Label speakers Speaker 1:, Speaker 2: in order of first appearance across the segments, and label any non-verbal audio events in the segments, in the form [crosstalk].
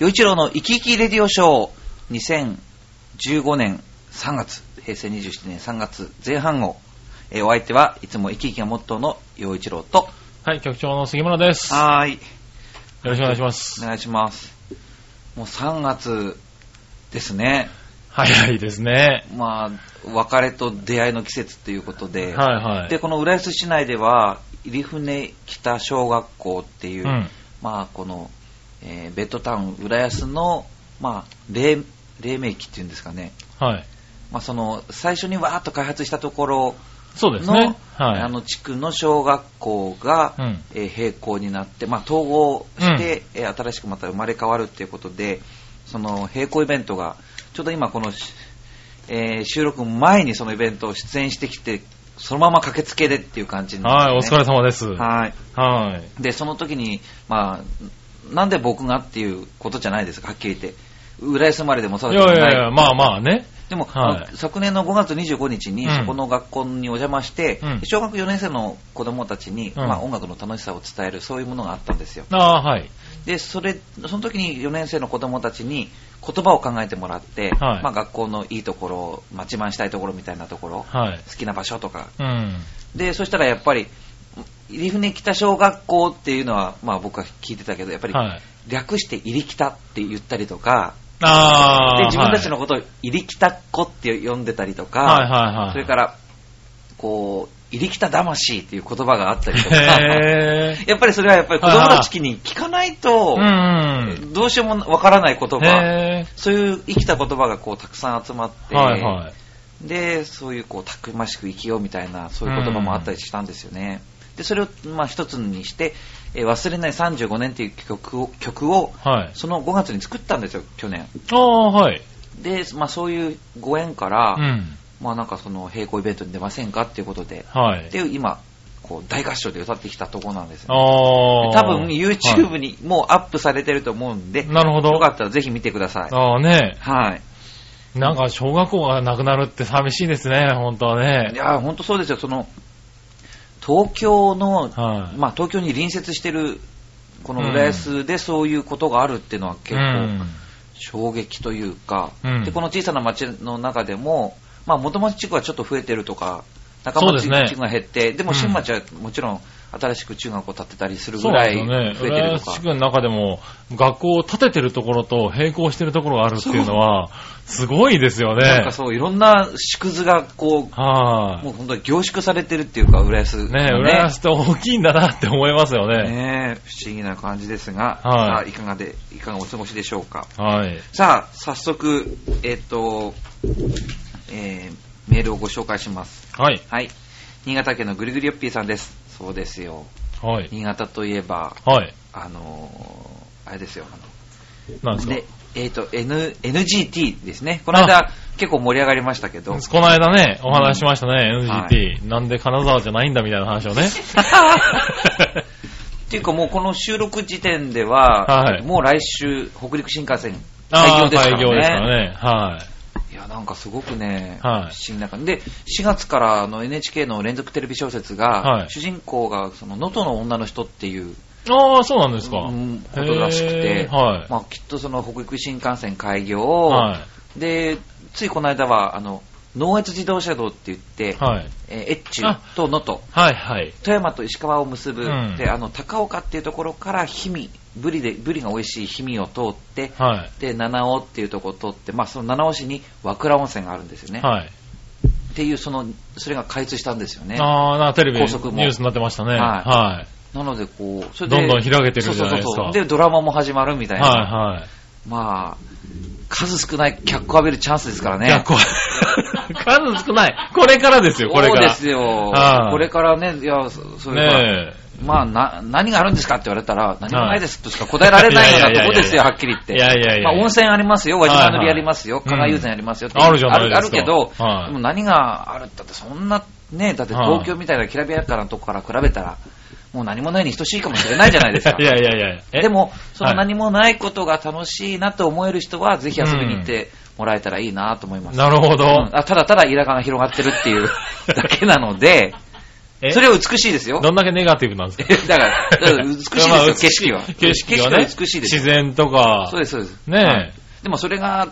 Speaker 1: 洋一郎の生き生きレディオショー、2015年3月、平成27年3月前半号、えーお相手はいつも生き生きがモットーの洋一郎と、
Speaker 2: はい、局長の杉村です。よ
Speaker 1: はーい、
Speaker 2: ろしくお願いします
Speaker 1: お。願いします。もう3月ですね。
Speaker 2: 早いですね。
Speaker 1: まあ、別れと出会いの季節ということ
Speaker 2: はい
Speaker 1: で、
Speaker 2: はい。
Speaker 1: で、この浦安市内では、入船北小学校っていう、
Speaker 2: うん。
Speaker 1: まあ、この、えーベッドタウン浦安の、まあ、黎黎明期っていうんですかね、
Speaker 2: はい。
Speaker 1: まあ、その最初にわーっと開発したところ
Speaker 2: そうです
Speaker 1: の,、
Speaker 2: ね。はい。
Speaker 1: あの地区の小学校が、
Speaker 2: うん
Speaker 1: えー並行になって、まあ、統合して、えー新しくまた生まれ変わるっていうことでその並行イベントがちょうど今このし、えー収録前にそのイベントを出演してきてそのまま駆けつけでっていう感じにな
Speaker 2: はい、お疲れ様です。は
Speaker 1: はい
Speaker 2: い。
Speaker 1: で、その時に、まあ、なんで僕がっていうことじゃないですか、はっきり言って。浦安生まれでもそう
Speaker 2: い
Speaker 1: だけど
Speaker 2: や
Speaker 1: な
Speaker 2: いや
Speaker 1: い
Speaker 2: いや、まあまあね。
Speaker 1: でも、
Speaker 2: はい
Speaker 1: 昨年の5月25日に、
Speaker 2: うん
Speaker 1: そこの学校にお邪魔して、
Speaker 2: うん
Speaker 1: 小学4年生の子供たちに、
Speaker 2: ん
Speaker 1: まあ、音楽の楽しさを伝える、そういうものがあったんですよ。
Speaker 2: ああ、はい。
Speaker 1: で、それ、その時に4年生の子供たちに言葉を考えてもらって、
Speaker 2: はい
Speaker 1: まあ、学校のいいところ、待ちましたいところみたいなところ、
Speaker 2: はい。
Speaker 1: 好きな場所とか
Speaker 2: うん。
Speaker 1: で、そしたらやっぱり、入船北小学校っていうのは、まあ僕は聞いてたけど、やっぱり、
Speaker 2: はい。
Speaker 1: 略して入り北って言ったりとか、
Speaker 2: ああ。
Speaker 1: で、自分たちの
Speaker 2: は
Speaker 1: ことを入り北っ子って呼んでたりとか、
Speaker 2: いはいはいはい。
Speaker 1: それから、こう、入り北魂っていう言葉があったりとか、
Speaker 2: へ
Speaker 1: [laughs]
Speaker 2: ぇ
Speaker 1: やっぱりそれはやっぱり子供たちに聞かないと
Speaker 2: う、ん
Speaker 1: どうしようもわからない言
Speaker 2: うん。
Speaker 1: 葉、
Speaker 2: へ
Speaker 1: そういう生きた言葉がこうたくさん集まって、
Speaker 2: ぇはいはい。
Speaker 1: で、そういうこう、たくましく生きようみたいな、そういう言葉もあったりしたんですよね。で、それを、まあ、一つにして、えー忘れない35年っていう曲を、曲を、
Speaker 2: はい。
Speaker 1: その5月に作ったんですよ、去年。
Speaker 2: ああ、はい。
Speaker 1: で、まあ、そういうご縁か
Speaker 2: う
Speaker 1: ら、
Speaker 2: ん。
Speaker 1: まあ、なんかその、並行イベントに出ませんかっていうことで、
Speaker 2: はい。
Speaker 1: で、今、こう、大合唱で歌ってきたとこなんですよ。
Speaker 2: ああ。
Speaker 1: 多分、YouTube
Speaker 2: に。
Speaker 1: にもうアップされてると思うんで、
Speaker 2: なるほど
Speaker 1: よか。ったらぜひ見てください。
Speaker 2: ああね。
Speaker 1: はい。
Speaker 2: なんか小学校がなくなるって寂しいですね、本当はいね。
Speaker 1: やー、ほんとそうですよ。その、東京の
Speaker 2: はい。
Speaker 1: まあ、東京に隣接してるこの浦安でそういうことがあるっていうのは結構衝撃というか、
Speaker 2: うん
Speaker 1: でこの小さな町の中でも、まあ、元町地区はちょっと増えてるとか中町
Speaker 2: そうですね
Speaker 1: 地区が減ってで,、も
Speaker 2: うん
Speaker 1: 新町はもちろん新しく中学校建てたりする
Speaker 2: そ
Speaker 1: ぐ
Speaker 2: うな
Speaker 1: らい
Speaker 2: んですよね。
Speaker 1: 増えて
Speaker 2: 浦
Speaker 1: ると
Speaker 2: 安
Speaker 1: か
Speaker 2: 地区の中でも、学校を建ててるところと並行してるところがあるっていうのは、すごいです
Speaker 1: な
Speaker 2: よ
Speaker 1: ん
Speaker 2: ね
Speaker 1: か。そういろんな縮図がこう
Speaker 2: は
Speaker 1: もう本当に凝縮されてるっていうか浦安
Speaker 2: い。
Speaker 1: の
Speaker 2: ね浦安って大きいんだなって思いますよね。
Speaker 1: ねえ不思議な感じですが、
Speaker 2: はい
Speaker 1: さあいかがでいかがお過ごしでしょうか。
Speaker 2: はい。
Speaker 1: さあ、早速、えっ、と、えーメールをご紹介します。
Speaker 2: はい。
Speaker 1: はい。新潟県のぐりぐりよっぴーさんです。そうですよ。
Speaker 2: はい。
Speaker 1: 新潟といえば、
Speaker 2: はい。
Speaker 1: あのーあれですよ。あ
Speaker 2: な
Speaker 1: の
Speaker 2: んですか
Speaker 1: で、えっ、と、N、NGT ですね。この間、結構盛り上がりましたけど。
Speaker 2: [laughs] この間ね、お話ししましたね、
Speaker 1: うん
Speaker 2: NGT。なんで金沢じゃないんだみたいな話
Speaker 1: [laughs]
Speaker 2: をね。
Speaker 1: っていうかもうこの収録時点では、
Speaker 2: はい
Speaker 1: もう来週、北陸新幹線開
Speaker 2: あ
Speaker 1: 業
Speaker 2: あ、
Speaker 1: ですからね。
Speaker 2: 開業ですからね。はい。
Speaker 1: いや、なんかすごくね、
Speaker 2: はい
Speaker 1: 不思議な感じ。で、4月からあの NHK の連続テレビ小説が、
Speaker 2: はい
Speaker 1: 主人公が、その、能登の女の人っていう、
Speaker 2: ああ、そうなんですか。
Speaker 1: うんことらしく
Speaker 2: へ
Speaker 1: て、
Speaker 2: ーはい。
Speaker 1: まあ、きっとその、北陸新幹線開業、
Speaker 2: は
Speaker 1: で、ついこの間は、あの、農越自動車道って言って、
Speaker 2: い。はい。
Speaker 1: えー越中と能登、
Speaker 2: はい、はい。
Speaker 1: 富山と石川を結ぶ、
Speaker 2: うん
Speaker 1: で、あの、高岡っていうところから、氷見、ブリで、ブリが美味しい氷見を通って、
Speaker 2: は
Speaker 1: で、七尾っていうところを通って、まあ、その七尾市に和倉温泉があるんですよね。
Speaker 2: い。はい。
Speaker 1: っていう、その、それが開通したんですよね。な
Speaker 2: ああ、な、テレビ、ニ
Speaker 1: 高速も
Speaker 2: ュースになってましたね。
Speaker 1: はい
Speaker 2: は
Speaker 1: ので、こう、そ
Speaker 2: どんどん開けてるじゃないです
Speaker 1: そ
Speaker 2: か
Speaker 1: うそうそうで、ドラマも始まるみた
Speaker 2: い。
Speaker 1: いな。
Speaker 2: は
Speaker 1: まあ、数少ない脚光浴びるチャンスですから
Speaker 2: い、はい。
Speaker 1: ね。
Speaker 2: いや、これ、 [laughs] 数少ない。これからですよ、これから。
Speaker 1: そうですよ
Speaker 2: は。い
Speaker 1: これからね、いや、そそれは、
Speaker 2: ね
Speaker 1: まあ、な、何があるんですかって言われたら、何もないですとしか答えられないようなとこですよ、
Speaker 2: いやいやいやいや
Speaker 1: はっきり言って。
Speaker 2: いやいやいや
Speaker 1: まあ、温泉ありますよ、和島塗
Speaker 2: はいは
Speaker 1: り
Speaker 2: い
Speaker 1: ありますよ、加賀友禅ありますよって
Speaker 2: あるじゃないですか
Speaker 1: あるあるけど、
Speaker 2: はい
Speaker 1: でも何があるったって、そんな、ね、だって東京みたいなきらびやかなとこから比べたら、もう何もないに等しいかもしれないじゃないですか。
Speaker 2: [laughs] いやいやいやいや。え
Speaker 1: で、も、その
Speaker 2: はい
Speaker 1: 何もないことが楽しいなと思える人は、ぜひ遊びに行ってもらえたらいいなと思います。
Speaker 2: なるほど。 [laughs]
Speaker 1: うんあただただイラカが広がってるっていうだけなので、
Speaker 2: え
Speaker 1: それは美しいですよ。
Speaker 2: どんだけネガティブなんですか [laughs]
Speaker 1: だから、だから美しいですよ、
Speaker 2: まあ
Speaker 1: 景色は。
Speaker 2: 景色はね。
Speaker 1: 景美しいです
Speaker 2: 自
Speaker 1: よ。
Speaker 2: 然とか。
Speaker 1: そうです、そうです。
Speaker 2: ねえ
Speaker 1: はいでもそれが、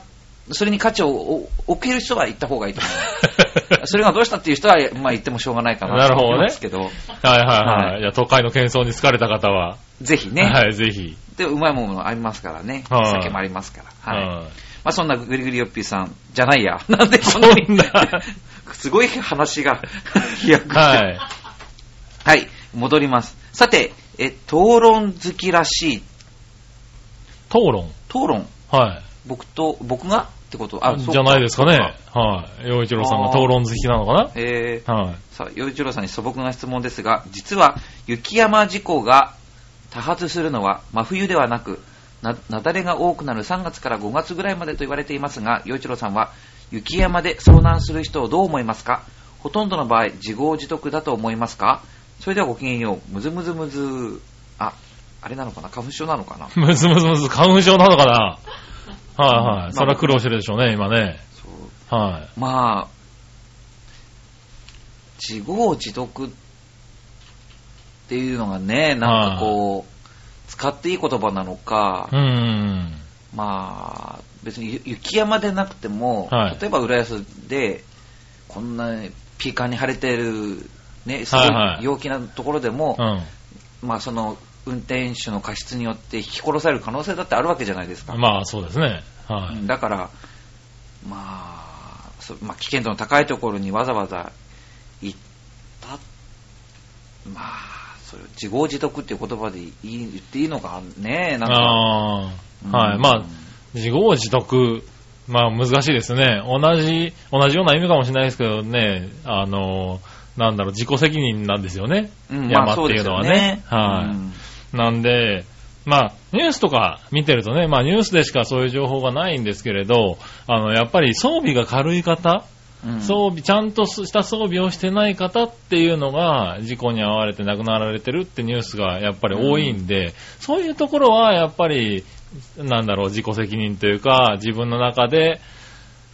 Speaker 1: それに価値をお置ける人は行った方がいいと思
Speaker 2: [laughs]
Speaker 1: う。それがどうしたっていう人は、まあ行ってもしょうがないかな
Speaker 2: なる
Speaker 1: と
Speaker 2: ほどね
Speaker 1: 思うんですけど、
Speaker 2: はいはいは。
Speaker 1: はい
Speaker 2: いや、都会の喧騒に疲れた方は。
Speaker 1: ぜひね、
Speaker 2: はい、ぜひ。
Speaker 1: で、うまいものありますからね、
Speaker 2: はい
Speaker 1: 酒もありますから。はい。ま
Speaker 2: うん
Speaker 1: あそんなグリグリヨッピーさんじゃないや。 [laughs] なんでそんなに
Speaker 2: そんな
Speaker 1: [laughs] すごい話が飛躍してる
Speaker 2: はい。
Speaker 1: はい、戻ります。さて、え、討論好きらしい。
Speaker 2: 討論。
Speaker 1: 討論
Speaker 2: はい。
Speaker 1: 僕と、僕がってことあ、そう
Speaker 2: じゃないですかね。はい。洋一郎さんが討論好きなのか
Speaker 1: えー
Speaker 2: なはい。
Speaker 1: さあ、洋一郎さんに素朴な質問ですが、実は雪山事故が多発するのは真冬ではなく、な雪崩が多くなる3月から5月ぐらいまでと言われていますが、洋一郎さんは雪山で遭難する人をどう思いますかほとんどの場合、自業自得だと思いますかそれではごきげんよう、むずむずむず、あ、あれなのかな花粉症なのかな
Speaker 2: むずむずむず、花粉症なのかなはいはい。それは苦労してるでしょうね、今ね。
Speaker 1: そう
Speaker 2: は
Speaker 1: まあ、自業自得っていうのがね、なんかこう、使っていい言葉なのか
Speaker 2: い。う、ーん。
Speaker 1: まあ、別にゆ雪山でなくても、
Speaker 2: はい
Speaker 1: 例えば浦安で、こんなピーカーに晴れてる、ね、すご
Speaker 2: はいいはい
Speaker 1: 陽気なところでも、
Speaker 2: う
Speaker 1: まあその、運転手の過失によって引き殺される可能性だってあるわけじゃないですか。
Speaker 2: ん。まあ、そうですね。は
Speaker 1: う
Speaker 2: い。
Speaker 1: んだから、まあ、そまあ、危険度の高いところにわざわざ行った、まあ、それを自業自得っていう言葉でいい言っていいのかね、なんか。
Speaker 2: あ
Speaker 1: うん
Speaker 2: あ。はい。まあ、自業自得。まあ、難しいですね。同じ、同じような意味かもしれないですけどね、あの、なんだろう、自己責任なんですよね。
Speaker 1: うんまあ
Speaker 2: 山っていうのはね。
Speaker 1: そうですよ
Speaker 2: はい。
Speaker 1: うん
Speaker 2: なんで、まあ、ニュースとか見てるとね、まあ、ニュースでしかそういう情報がないんですけれど、あの、やっぱり装備が軽い方、
Speaker 1: うん
Speaker 2: 装備、ちゃんとした装備をしてない方っていうのが、事故に遭われて亡くなられてるってニュースがやっぱり多いんで、そういうところはやっぱり、なんだろう、自己責任というか、自分の中で、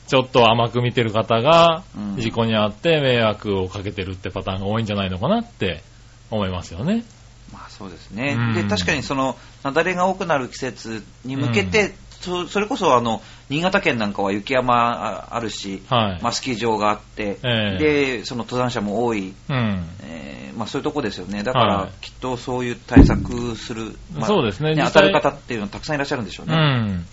Speaker 2: ちょっと甘く見てる方が
Speaker 1: うん、
Speaker 2: 事故に遭って迷惑をかけてるってパターンが多いんじゃないのかなって思いますよね。
Speaker 1: まあそうですね、
Speaker 2: うん
Speaker 1: で確かにその雪崩が多くなる季節に向けて、
Speaker 2: う
Speaker 1: そそれこそあの新潟県なんかは雪山ああるし、
Speaker 2: はい。
Speaker 1: まあ、スキー場があって、
Speaker 2: ええ
Speaker 1: でその登山者も多い
Speaker 2: うん。
Speaker 1: えーまあ、そういうとこですよね、だから、
Speaker 2: はい
Speaker 1: きっとそういう対策する、まあ
Speaker 2: そうですね実
Speaker 1: 当た
Speaker 2: 際
Speaker 1: る方っていうのはたくさんいらっしゃるんでしょう
Speaker 2: う
Speaker 1: ね。
Speaker 2: ん。
Speaker 1: うん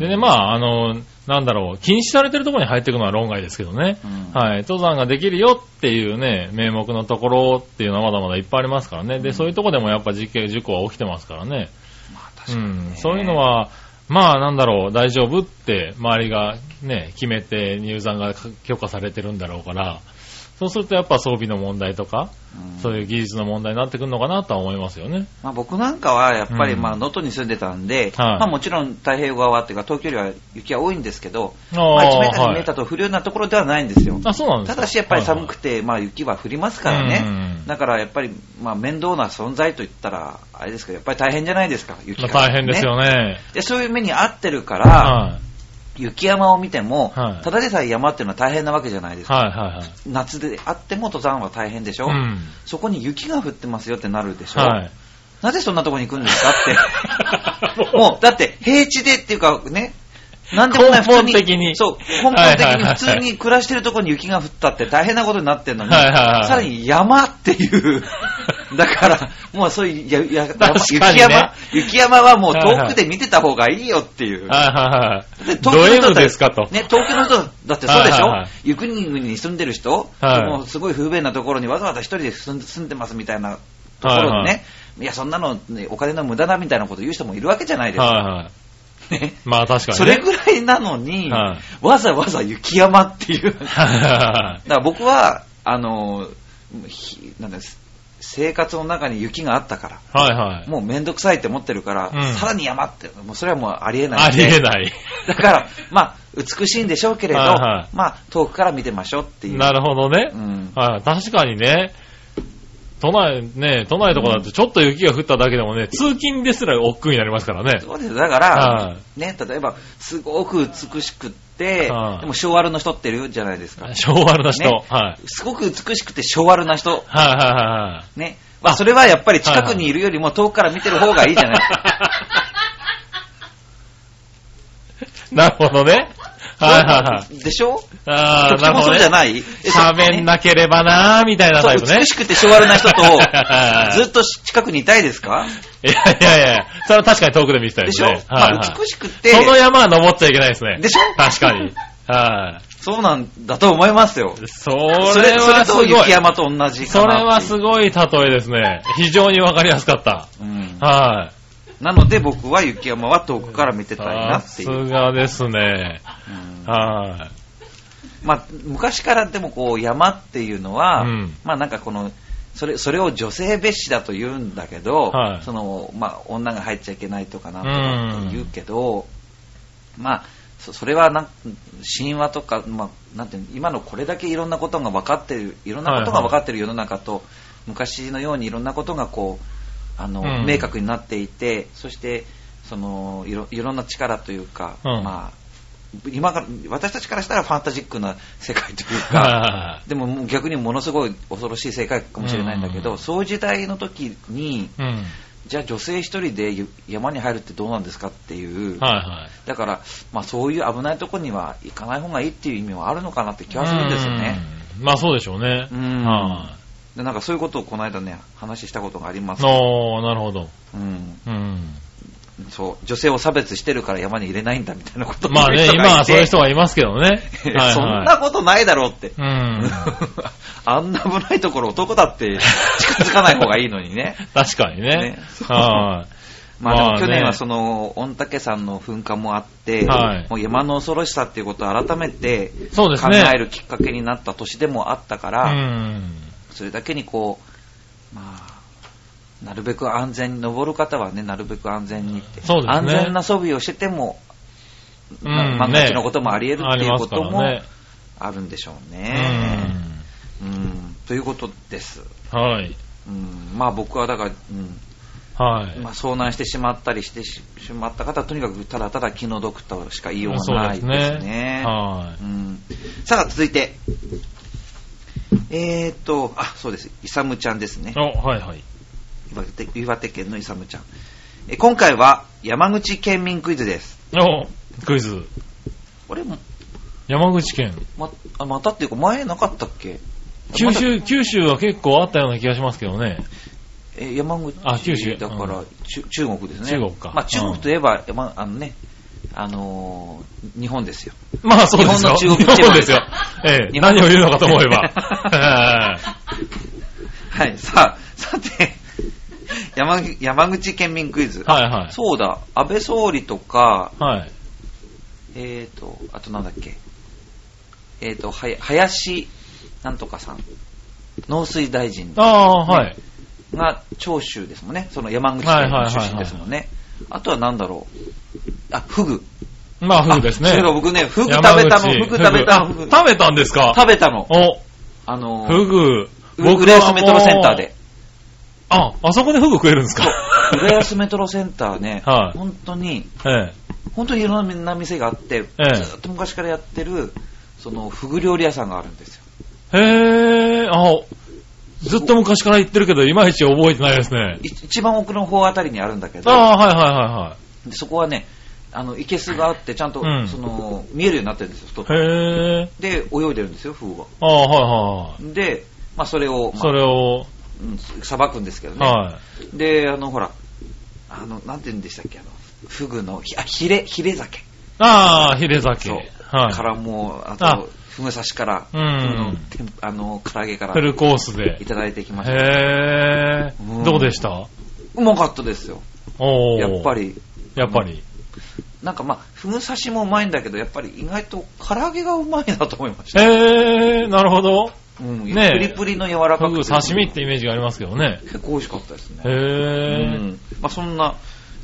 Speaker 2: でね、まあ、あの、なんだろう、禁止されてるところに入っていくのは論外ですけどね。
Speaker 1: うん
Speaker 2: はい。登山ができるよっていうね、名目のところっていうのはまだまだいっぱいありますからね。で、
Speaker 1: うん
Speaker 2: そういうとこでもやっぱ事件、事故は起きてますからね。
Speaker 1: まあ確か
Speaker 2: う
Speaker 1: にね
Speaker 2: ん。そういうの、は、まあ、なんだろう、大丈夫って周りがね、決めて入山が許可されてるんだろうから、そうするとやっぱ装備の問題とか、
Speaker 1: うん
Speaker 2: そういう技術の問題になってくるのかなとは思いますよね。
Speaker 1: まあ、僕なんかはやっぱり
Speaker 2: うん
Speaker 1: まあ能登に住んでたんで、
Speaker 2: はい
Speaker 1: まあ、もちろん太平洋側っていうか、東京よりは雪は多いんですけど、
Speaker 2: あ
Speaker 1: ま
Speaker 2: あ
Speaker 1: あ、1メーター、2
Speaker 2: は
Speaker 1: メ
Speaker 2: い
Speaker 1: ーターと降るようなところではないんですよ。
Speaker 2: あ、そうなんです
Speaker 1: た
Speaker 2: か
Speaker 1: だしやっぱり
Speaker 2: はいはい
Speaker 1: 寒くて、まあ、雪は降りますからね
Speaker 2: う、ん
Speaker 1: だからやっぱり、まあ、面倒な存在といったら、あれですけど、やっぱり大変じゃないですか、雪
Speaker 2: ま
Speaker 1: が、
Speaker 2: あ、大変ですよね。
Speaker 1: でそういう目に遭ってるから、
Speaker 2: は
Speaker 1: 雪山を見ても、
Speaker 2: はい
Speaker 1: ただでさえ山っていうのは大変なわけじゃないで
Speaker 2: い。
Speaker 1: すか。
Speaker 2: はいはいはい。
Speaker 1: 夏であっても登山は大変でしょ、
Speaker 2: うん。
Speaker 1: そこに雪が降ってますよってなるでしょ、
Speaker 2: はい。
Speaker 1: なぜそんなとこに行くんですか
Speaker 2: [laughs]
Speaker 1: って。もう、だって平地でっていうかね、なんでもない
Speaker 2: 根本
Speaker 1: 普通
Speaker 2: 的に
Speaker 1: そう、根本的
Speaker 2: はいはい
Speaker 1: に
Speaker 2: はい
Speaker 1: 普通に暮らしてるとこに雪が降ったって大変なことになってるのに、
Speaker 2: はいはいはい
Speaker 1: さらに山って
Speaker 2: [laughs]
Speaker 1: いう、だから、もうそういうやや
Speaker 2: 確
Speaker 1: 山、
Speaker 2: かにね
Speaker 1: 雪山、雪山はもう
Speaker 2: はいはい
Speaker 1: 遠くで見てた方がいいよっていう。
Speaker 2: はいはいは
Speaker 1: で
Speaker 2: い。ド
Speaker 1: だ
Speaker 2: M
Speaker 1: って
Speaker 2: ですかと。
Speaker 1: ね、東京の人だってそうでしょ、
Speaker 2: はいはいはい
Speaker 1: ゆくにぐに住んでる人、
Speaker 2: はい
Speaker 1: もうすごい不便なところにわざわざ一人で住ん住んでますみたいなところにね、
Speaker 2: はいいはい
Speaker 1: や、そんなの、ね、お金の無駄だみたいなこと言う人もいるわけじゃないですか。
Speaker 2: はいはい。
Speaker 1: ね
Speaker 2: まあ確かにね。
Speaker 1: [laughs] それぐらいなのに、
Speaker 2: はい
Speaker 1: わざわざ雪山っていう。だか
Speaker 2: [laughs] はいは
Speaker 1: ら僕は、あの、ひなんだ生活の中に雪があったから、
Speaker 2: いはい。はいはい。
Speaker 1: もうめんどくさいって思ってるから、
Speaker 2: うん
Speaker 1: さらに山って、もうそれはもうありえない
Speaker 2: あ
Speaker 1: ん
Speaker 2: り
Speaker 1: で。
Speaker 2: えない。
Speaker 1: [laughs] だから、まあ、美しいんでしょうけれど、
Speaker 2: はいは
Speaker 1: まあ、遠くから見てましょうっていう。
Speaker 2: なるほどね
Speaker 1: う。ん。
Speaker 2: はい。確かにね。都内、ね、都内とかだとちょっと雪が降っただけでもね、通勤ですら億劫になりますからね。
Speaker 1: そうですよだか
Speaker 2: は
Speaker 1: ら、ね、例えば、すごく美しくって、
Speaker 2: はい
Speaker 1: でも昭和の人っているじゃないですか。
Speaker 2: 昭和な人。
Speaker 1: ね
Speaker 2: はい。
Speaker 1: すごく美しくて昭和な人。
Speaker 2: はいはいはい。
Speaker 1: ね。まあ、それはやっぱり近くにいるよりも遠くから見てる方がいいじゃないですか。
Speaker 2: なるほどね。 [laughs] はいはいはい。
Speaker 1: でしょ
Speaker 2: あ
Speaker 1: と
Speaker 2: ー、
Speaker 1: て
Speaker 2: なる
Speaker 1: も
Speaker 2: ほ
Speaker 1: そ
Speaker 2: ど
Speaker 1: う
Speaker 2: ね。
Speaker 1: じゃないえそう
Speaker 2: 喋んなければなーみたいな
Speaker 1: そ
Speaker 2: タ
Speaker 1: う
Speaker 2: イプね。
Speaker 1: 美しくて昭和な人と
Speaker 2: は、い
Speaker 1: ずっと近くにいたいですか
Speaker 2: いやいやいや、それは確かに遠くで見てたい
Speaker 1: で
Speaker 2: で
Speaker 1: し
Speaker 2: す
Speaker 1: ょ、
Speaker 2: ね。はい
Speaker 1: ま
Speaker 2: は
Speaker 1: あ、
Speaker 2: い
Speaker 1: 美しくて、
Speaker 2: その山は登っちゃいけないですね。
Speaker 1: でしょ
Speaker 2: 確かに。はい。
Speaker 1: そうなんだと思いますよ。
Speaker 2: そ
Speaker 1: そ
Speaker 2: れ
Speaker 1: れ
Speaker 2: はす
Speaker 1: そ
Speaker 2: ご
Speaker 1: れと
Speaker 2: い。
Speaker 1: 雪山と同じかなっていう。
Speaker 2: それはすごい例えですね。非常にわかりやすかった。
Speaker 1: うん
Speaker 2: は
Speaker 1: なので僕は雪山は遠くから見て
Speaker 2: い。
Speaker 1: たいな
Speaker 2: さ
Speaker 1: って
Speaker 2: す
Speaker 1: いう。うん
Speaker 2: がですね。は
Speaker 1: まあ、昔からでもこう山っていうのは、
Speaker 2: うん
Speaker 1: まあなんかこの、それそれを女性蔑視だと言うんだけど、
Speaker 2: はい
Speaker 1: そのまあ、女が入っちゃいけないとかなんとかって言うけど、まあ、そそれはなん神話とか、まあ、なんていうの今のこれだけいろんなことが分かってるいろんなことが分かってる世の中と、昔のようにいろんなことがこうあの、
Speaker 2: うん
Speaker 1: 明確になっていてそしてそのいろいろんな力というか、
Speaker 2: うん
Speaker 1: まあ、今から私たちからしたらファンタジックな世界という
Speaker 2: い。
Speaker 1: か。
Speaker 2: は
Speaker 1: でももう逆にものすごい恐ろしい世界かもしれないんだけど、
Speaker 2: うん
Speaker 1: そういう時代の時に
Speaker 2: い。うん。はい
Speaker 1: じゃあ女性一人でゆ山に入るってどうなんですかっていう、
Speaker 2: はい。
Speaker 1: だから、まあ、そういう危ないとこには行かない方がいいっていう意味はあるのかなって気がするんですよね。
Speaker 2: うん。まあそうでしょうね。
Speaker 1: うん
Speaker 2: は
Speaker 1: でなんかそういうことをこの間ね、話したことがありま
Speaker 2: い。
Speaker 1: す。
Speaker 2: おー、なるほど。
Speaker 1: うん、
Speaker 2: うん。
Speaker 1: そう女性を差別してるから山に入れないんだみたいなことを言
Speaker 2: まあ
Speaker 1: う
Speaker 2: ね、
Speaker 1: 人がいて
Speaker 2: 今はそう
Speaker 1: [laughs]
Speaker 2: いう人がいますけどね。はいはい
Speaker 1: そんなことないだろうって。
Speaker 2: うん。
Speaker 1: [laughs] あんな危ないところ男だって近づかない方がいいのに
Speaker 2: [laughs]
Speaker 1: ね。
Speaker 2: 確かにね
Speaker 1: ね。そう
Speaker 2: は
Speaker 1: まあで
Speaker 2: まあ
Speaker 1: も
Speaker 2: ね
Speaker 1: 去年はその御嶽山の噴火もあって、
Speaker 2: はい
Speaker 1: もう山の恐ろしさっていうことを改めて
Speaker 2: い。そうです
Speaker 1: 考
Speaker 2: ね。
Speaker 1: えるきっかけになった年でもあったか
Speaker 2: う
Speaker 1: ら、
Speaker 2: ん。
Speaker 1: それだけにこう、まあ、なるべく安全に、登る方はね、なるべく安全にって、
Speaker 2: そうですね
Speaker 1: 安全な装備をしてても、
Speaker 2: う
Speaker 1: ま
Speaker 2: ん
Speaker 1: 万が一の
Speaker 2: ね
Speaker 1: こともあり得るっていうことも
Speaker 2: あります
Speaker 1: あるんでしょう
Speaker 2: からね
Speaker 1: ね。うんということです。
Speaker 2: うん。はい。
Speaker 1: うん、まあ僕はだから、うん、
Speaker 2: はい。
Speaker 1: まあ、遭難してしまったりしてししまった方はとにかくただただ気の毒としか言いようがないですね。
Speaker 2: そうですねはい
Speaker 1: うん、さあ続いて、えー、っと、あそうです、イサムちゃんですね、
Speaker 2: お、はいはい。
Speaker 1: 岩手岩手県のイサムちゃん。え今回は山口県民クイズです。
Speaker 2: お、クイズ。
Speaker 1: これも
Speaker 2: 山口県。
Speaker 1: まあまたっていうか、前なかったっけ
Speaker 2: 九
Speaker 1: ま
Speaker 2: 州、九州は結構あったような気がしますけどね。
Speaker 1: たえ山口
Speaker 2: あ九州
Speaker 1: だから、
Speaker 2: うん
Speaker 1: 中中国ですね。
Speaker 2: 中国か
Speaker 1: まあ、中国といえば、山あのね、あのー日本ですよ。
Speaker 2: まあそうですよ。
Speaker 1: 日本の中国地方
Speaker 2: そうですよ。ええ、
Speaker 1: 日本
Speaker 2: [laughs] 何を言うのかと思え
Speaker 1: [laughs]
Speaker 2: ば。は
Speaker 1: は
Speaker 2: い
Speaker 1: い、さあ、さて、山口山口県民クイズ。
Speaker 2: はい。
Speaker 1: そうだ、安倍総理とか、
Speaker 2: はい。
Speaker 1: えーと、あとなんだっけ、えーと、はや林なんとかさん、農水大臣
Speaker 2: ああ、はい。
Speaker 1: が長州ですもんね、その山口県の出身ですもんね。あとはなんだろう、あ、フグ。
Speaker 2: まあ、フグですね。
Speaker 1: あそういえば僕ね、フグ食べたの、
Speaker 2: 山口
Speaker 1: フグ食べたの、
Speaker 2: フ
Speaker 1: フ
Speaker 2: グ
Speaker 1: グ
Speaker 2: あ食べたんですか
Speaker 1: 食べたの。
Speaker 2: お、
Speaker 1: あのー、
Speaker 2: フグ。
Speaker 1: 浦安メトロセンター
Speaker 2: 僕はもう
Speaker 1: で。。
Speaker 2: あ、あそこでフグ食えるんですか
Speaker 1: 浦安メトロセンターね、
Speaker 2: [laughs] はい
Speaker 1: 本当に、
Speaker 2: [laughs] ええ。
Speaker 1: 本当にいろんな店があって、ず
Speaker 2: え
Speaker 1: ーっと昔からやってる、その、フグ料理屋さんがあるんですよ。
Speaker 2: へえ、あ、ずっと昔から言ってるけど、いまいち覚えてないですね。
Speaker 1: い一番奥の方あたりにあるんだけど、
Speaker 2: ああ
Speaker 1: でそこはね、あの、生けすがあって、ちゃんと、
Speaker 2: うん
Speaker 1: その、見えるようになってるんですよ、太っ
Speaker 2: ー、はいはいはいはい。へえ、
Speaker 1: で、泳いでるんですよ、フグが。
Speaker 2: ああ、はいは
Speaker 1: で、まあ、それを、
Speaker 2: い。
Speaker 1: まあ
Speaker 2: それを、
Speaker 1: うんさばくんですけどね。
Speaker 2: は
Speaker 1: で、あの、ほら、あの、なんて言うんでしたっけ、あの、フグの、ひあ、ヒレ、ヒレ酒。
Speaker 2: い。ああ、ヒレ酒。
Speaker 1: そう
Speaker 2: はい。
Speaker 1: からもう、あ
Speaker 2: あ
Speaker 1: と、ふぐ刺しから、
Speaker 2: うん
Speaker 1: ふぐの天あの、唐揚げから
Speaker 2: フ、ルコースで
Speaker 1: い。ただいてきました。
Speaker 2: へ
Speaker 1: う
Speaker 2: え、
Speaker 1: ん
Speaker 2: どうでした
Speaker 1: うまかったですよ。
Speaker 2: おお。
Speaker 1: やっぱ
Speaker 2: り。
Speaker 1: り。
Speaker 2: やっぱり。
Speaker 1: なんかまあ、ふぐ刺しもうまいんだけど、やっぱり意外と唐揚げがうまいなと思いました。
Speaker 2: へえ、なるほど。
Speaker 1: うん、
Speaker 2: ねえ
Speaker 1: プリプリの柔らかく
Speaker 2: フグ
Speaker 1: て
Speaker 2: 刺身ってイメージがありますけどね。
Speaker 1: 結構美味しかったです
Speaker 2: へ
Speaker 1: ね。う
Speaker 2: え。
Speaker 1: ん。まあそんな、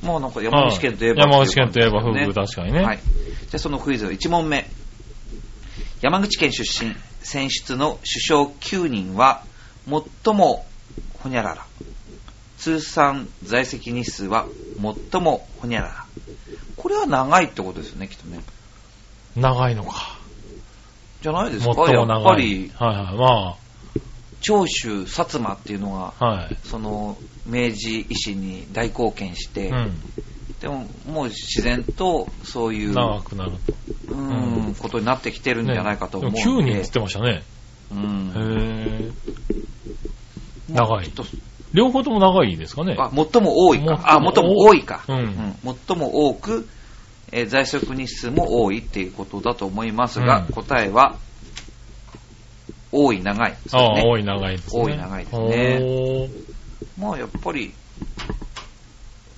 Speaker 1: まあなんか山口県といえば、
Speaker 2: はい山口県といえばフグ、
Speaker 1: だ
Speaker 2: 確かにね。
Speaker 1: はい。じゃあそのクイズの1問目。山口県出身、選出の首相9人は、最もほにゃらら。通算在籍日数は最もほにゃらら。これは長いってことですよね、きっとね。
Speaker 2: 長いのか。
Speaker 1: じゃないです
Speaker 2: 最
Speaker 1: かや
Speaker 2: も
Speaker 1: っぱ
Speaker 2: 長い。
Speaker 1: り、
Speaker 2: はいはい。ま
Speaker 1: 長州、薩摩っていうのが、
Speaker 2: あ、はい。
Speaker 1: その、明治維新に大貢献して、
Speaker 2: うん。
Speaker 1: でも、もう自然と、そういう、
Speaker 2: 長くなると。
Speaker 1: うん、ことになってきてるんじゃないかと思うん
Speaker 2: ね
Speaker 1: で。
Speaker 2: でも9人って言ってましたね。
Speaker 1: うん
Speaker 2: へぇ
Speaker 1: もう
Speaker 2: 長い
Speaker 1: ちょっと
Speaker 2: 両方とも長いですかね。
Speaker 1: あ、最も多いか。あ、
Speaker 2: 最
Speaker 1: 最
Speaker 2: も
Speaker 1: も
Speaker 2: 多
Speaker 1: 多
Speaker 2: い
Speaker 1: いか。
Speaker 2: うん
Speaker 1: うん最も多く、えー在職日数も多いっていうことだと思いますが、
Speaker 2: うん
Speaker 1: 答えは、多い、長いです
Speaker 2: あ
Speaker 1: よ
Speaker 2: あ、
Speaker 1: ね。
Speaker 2: 多い長いですね。
Speaker 1: 多い長いですね
Speaker 2: おー
Speaker 1: まあ、やっぱり、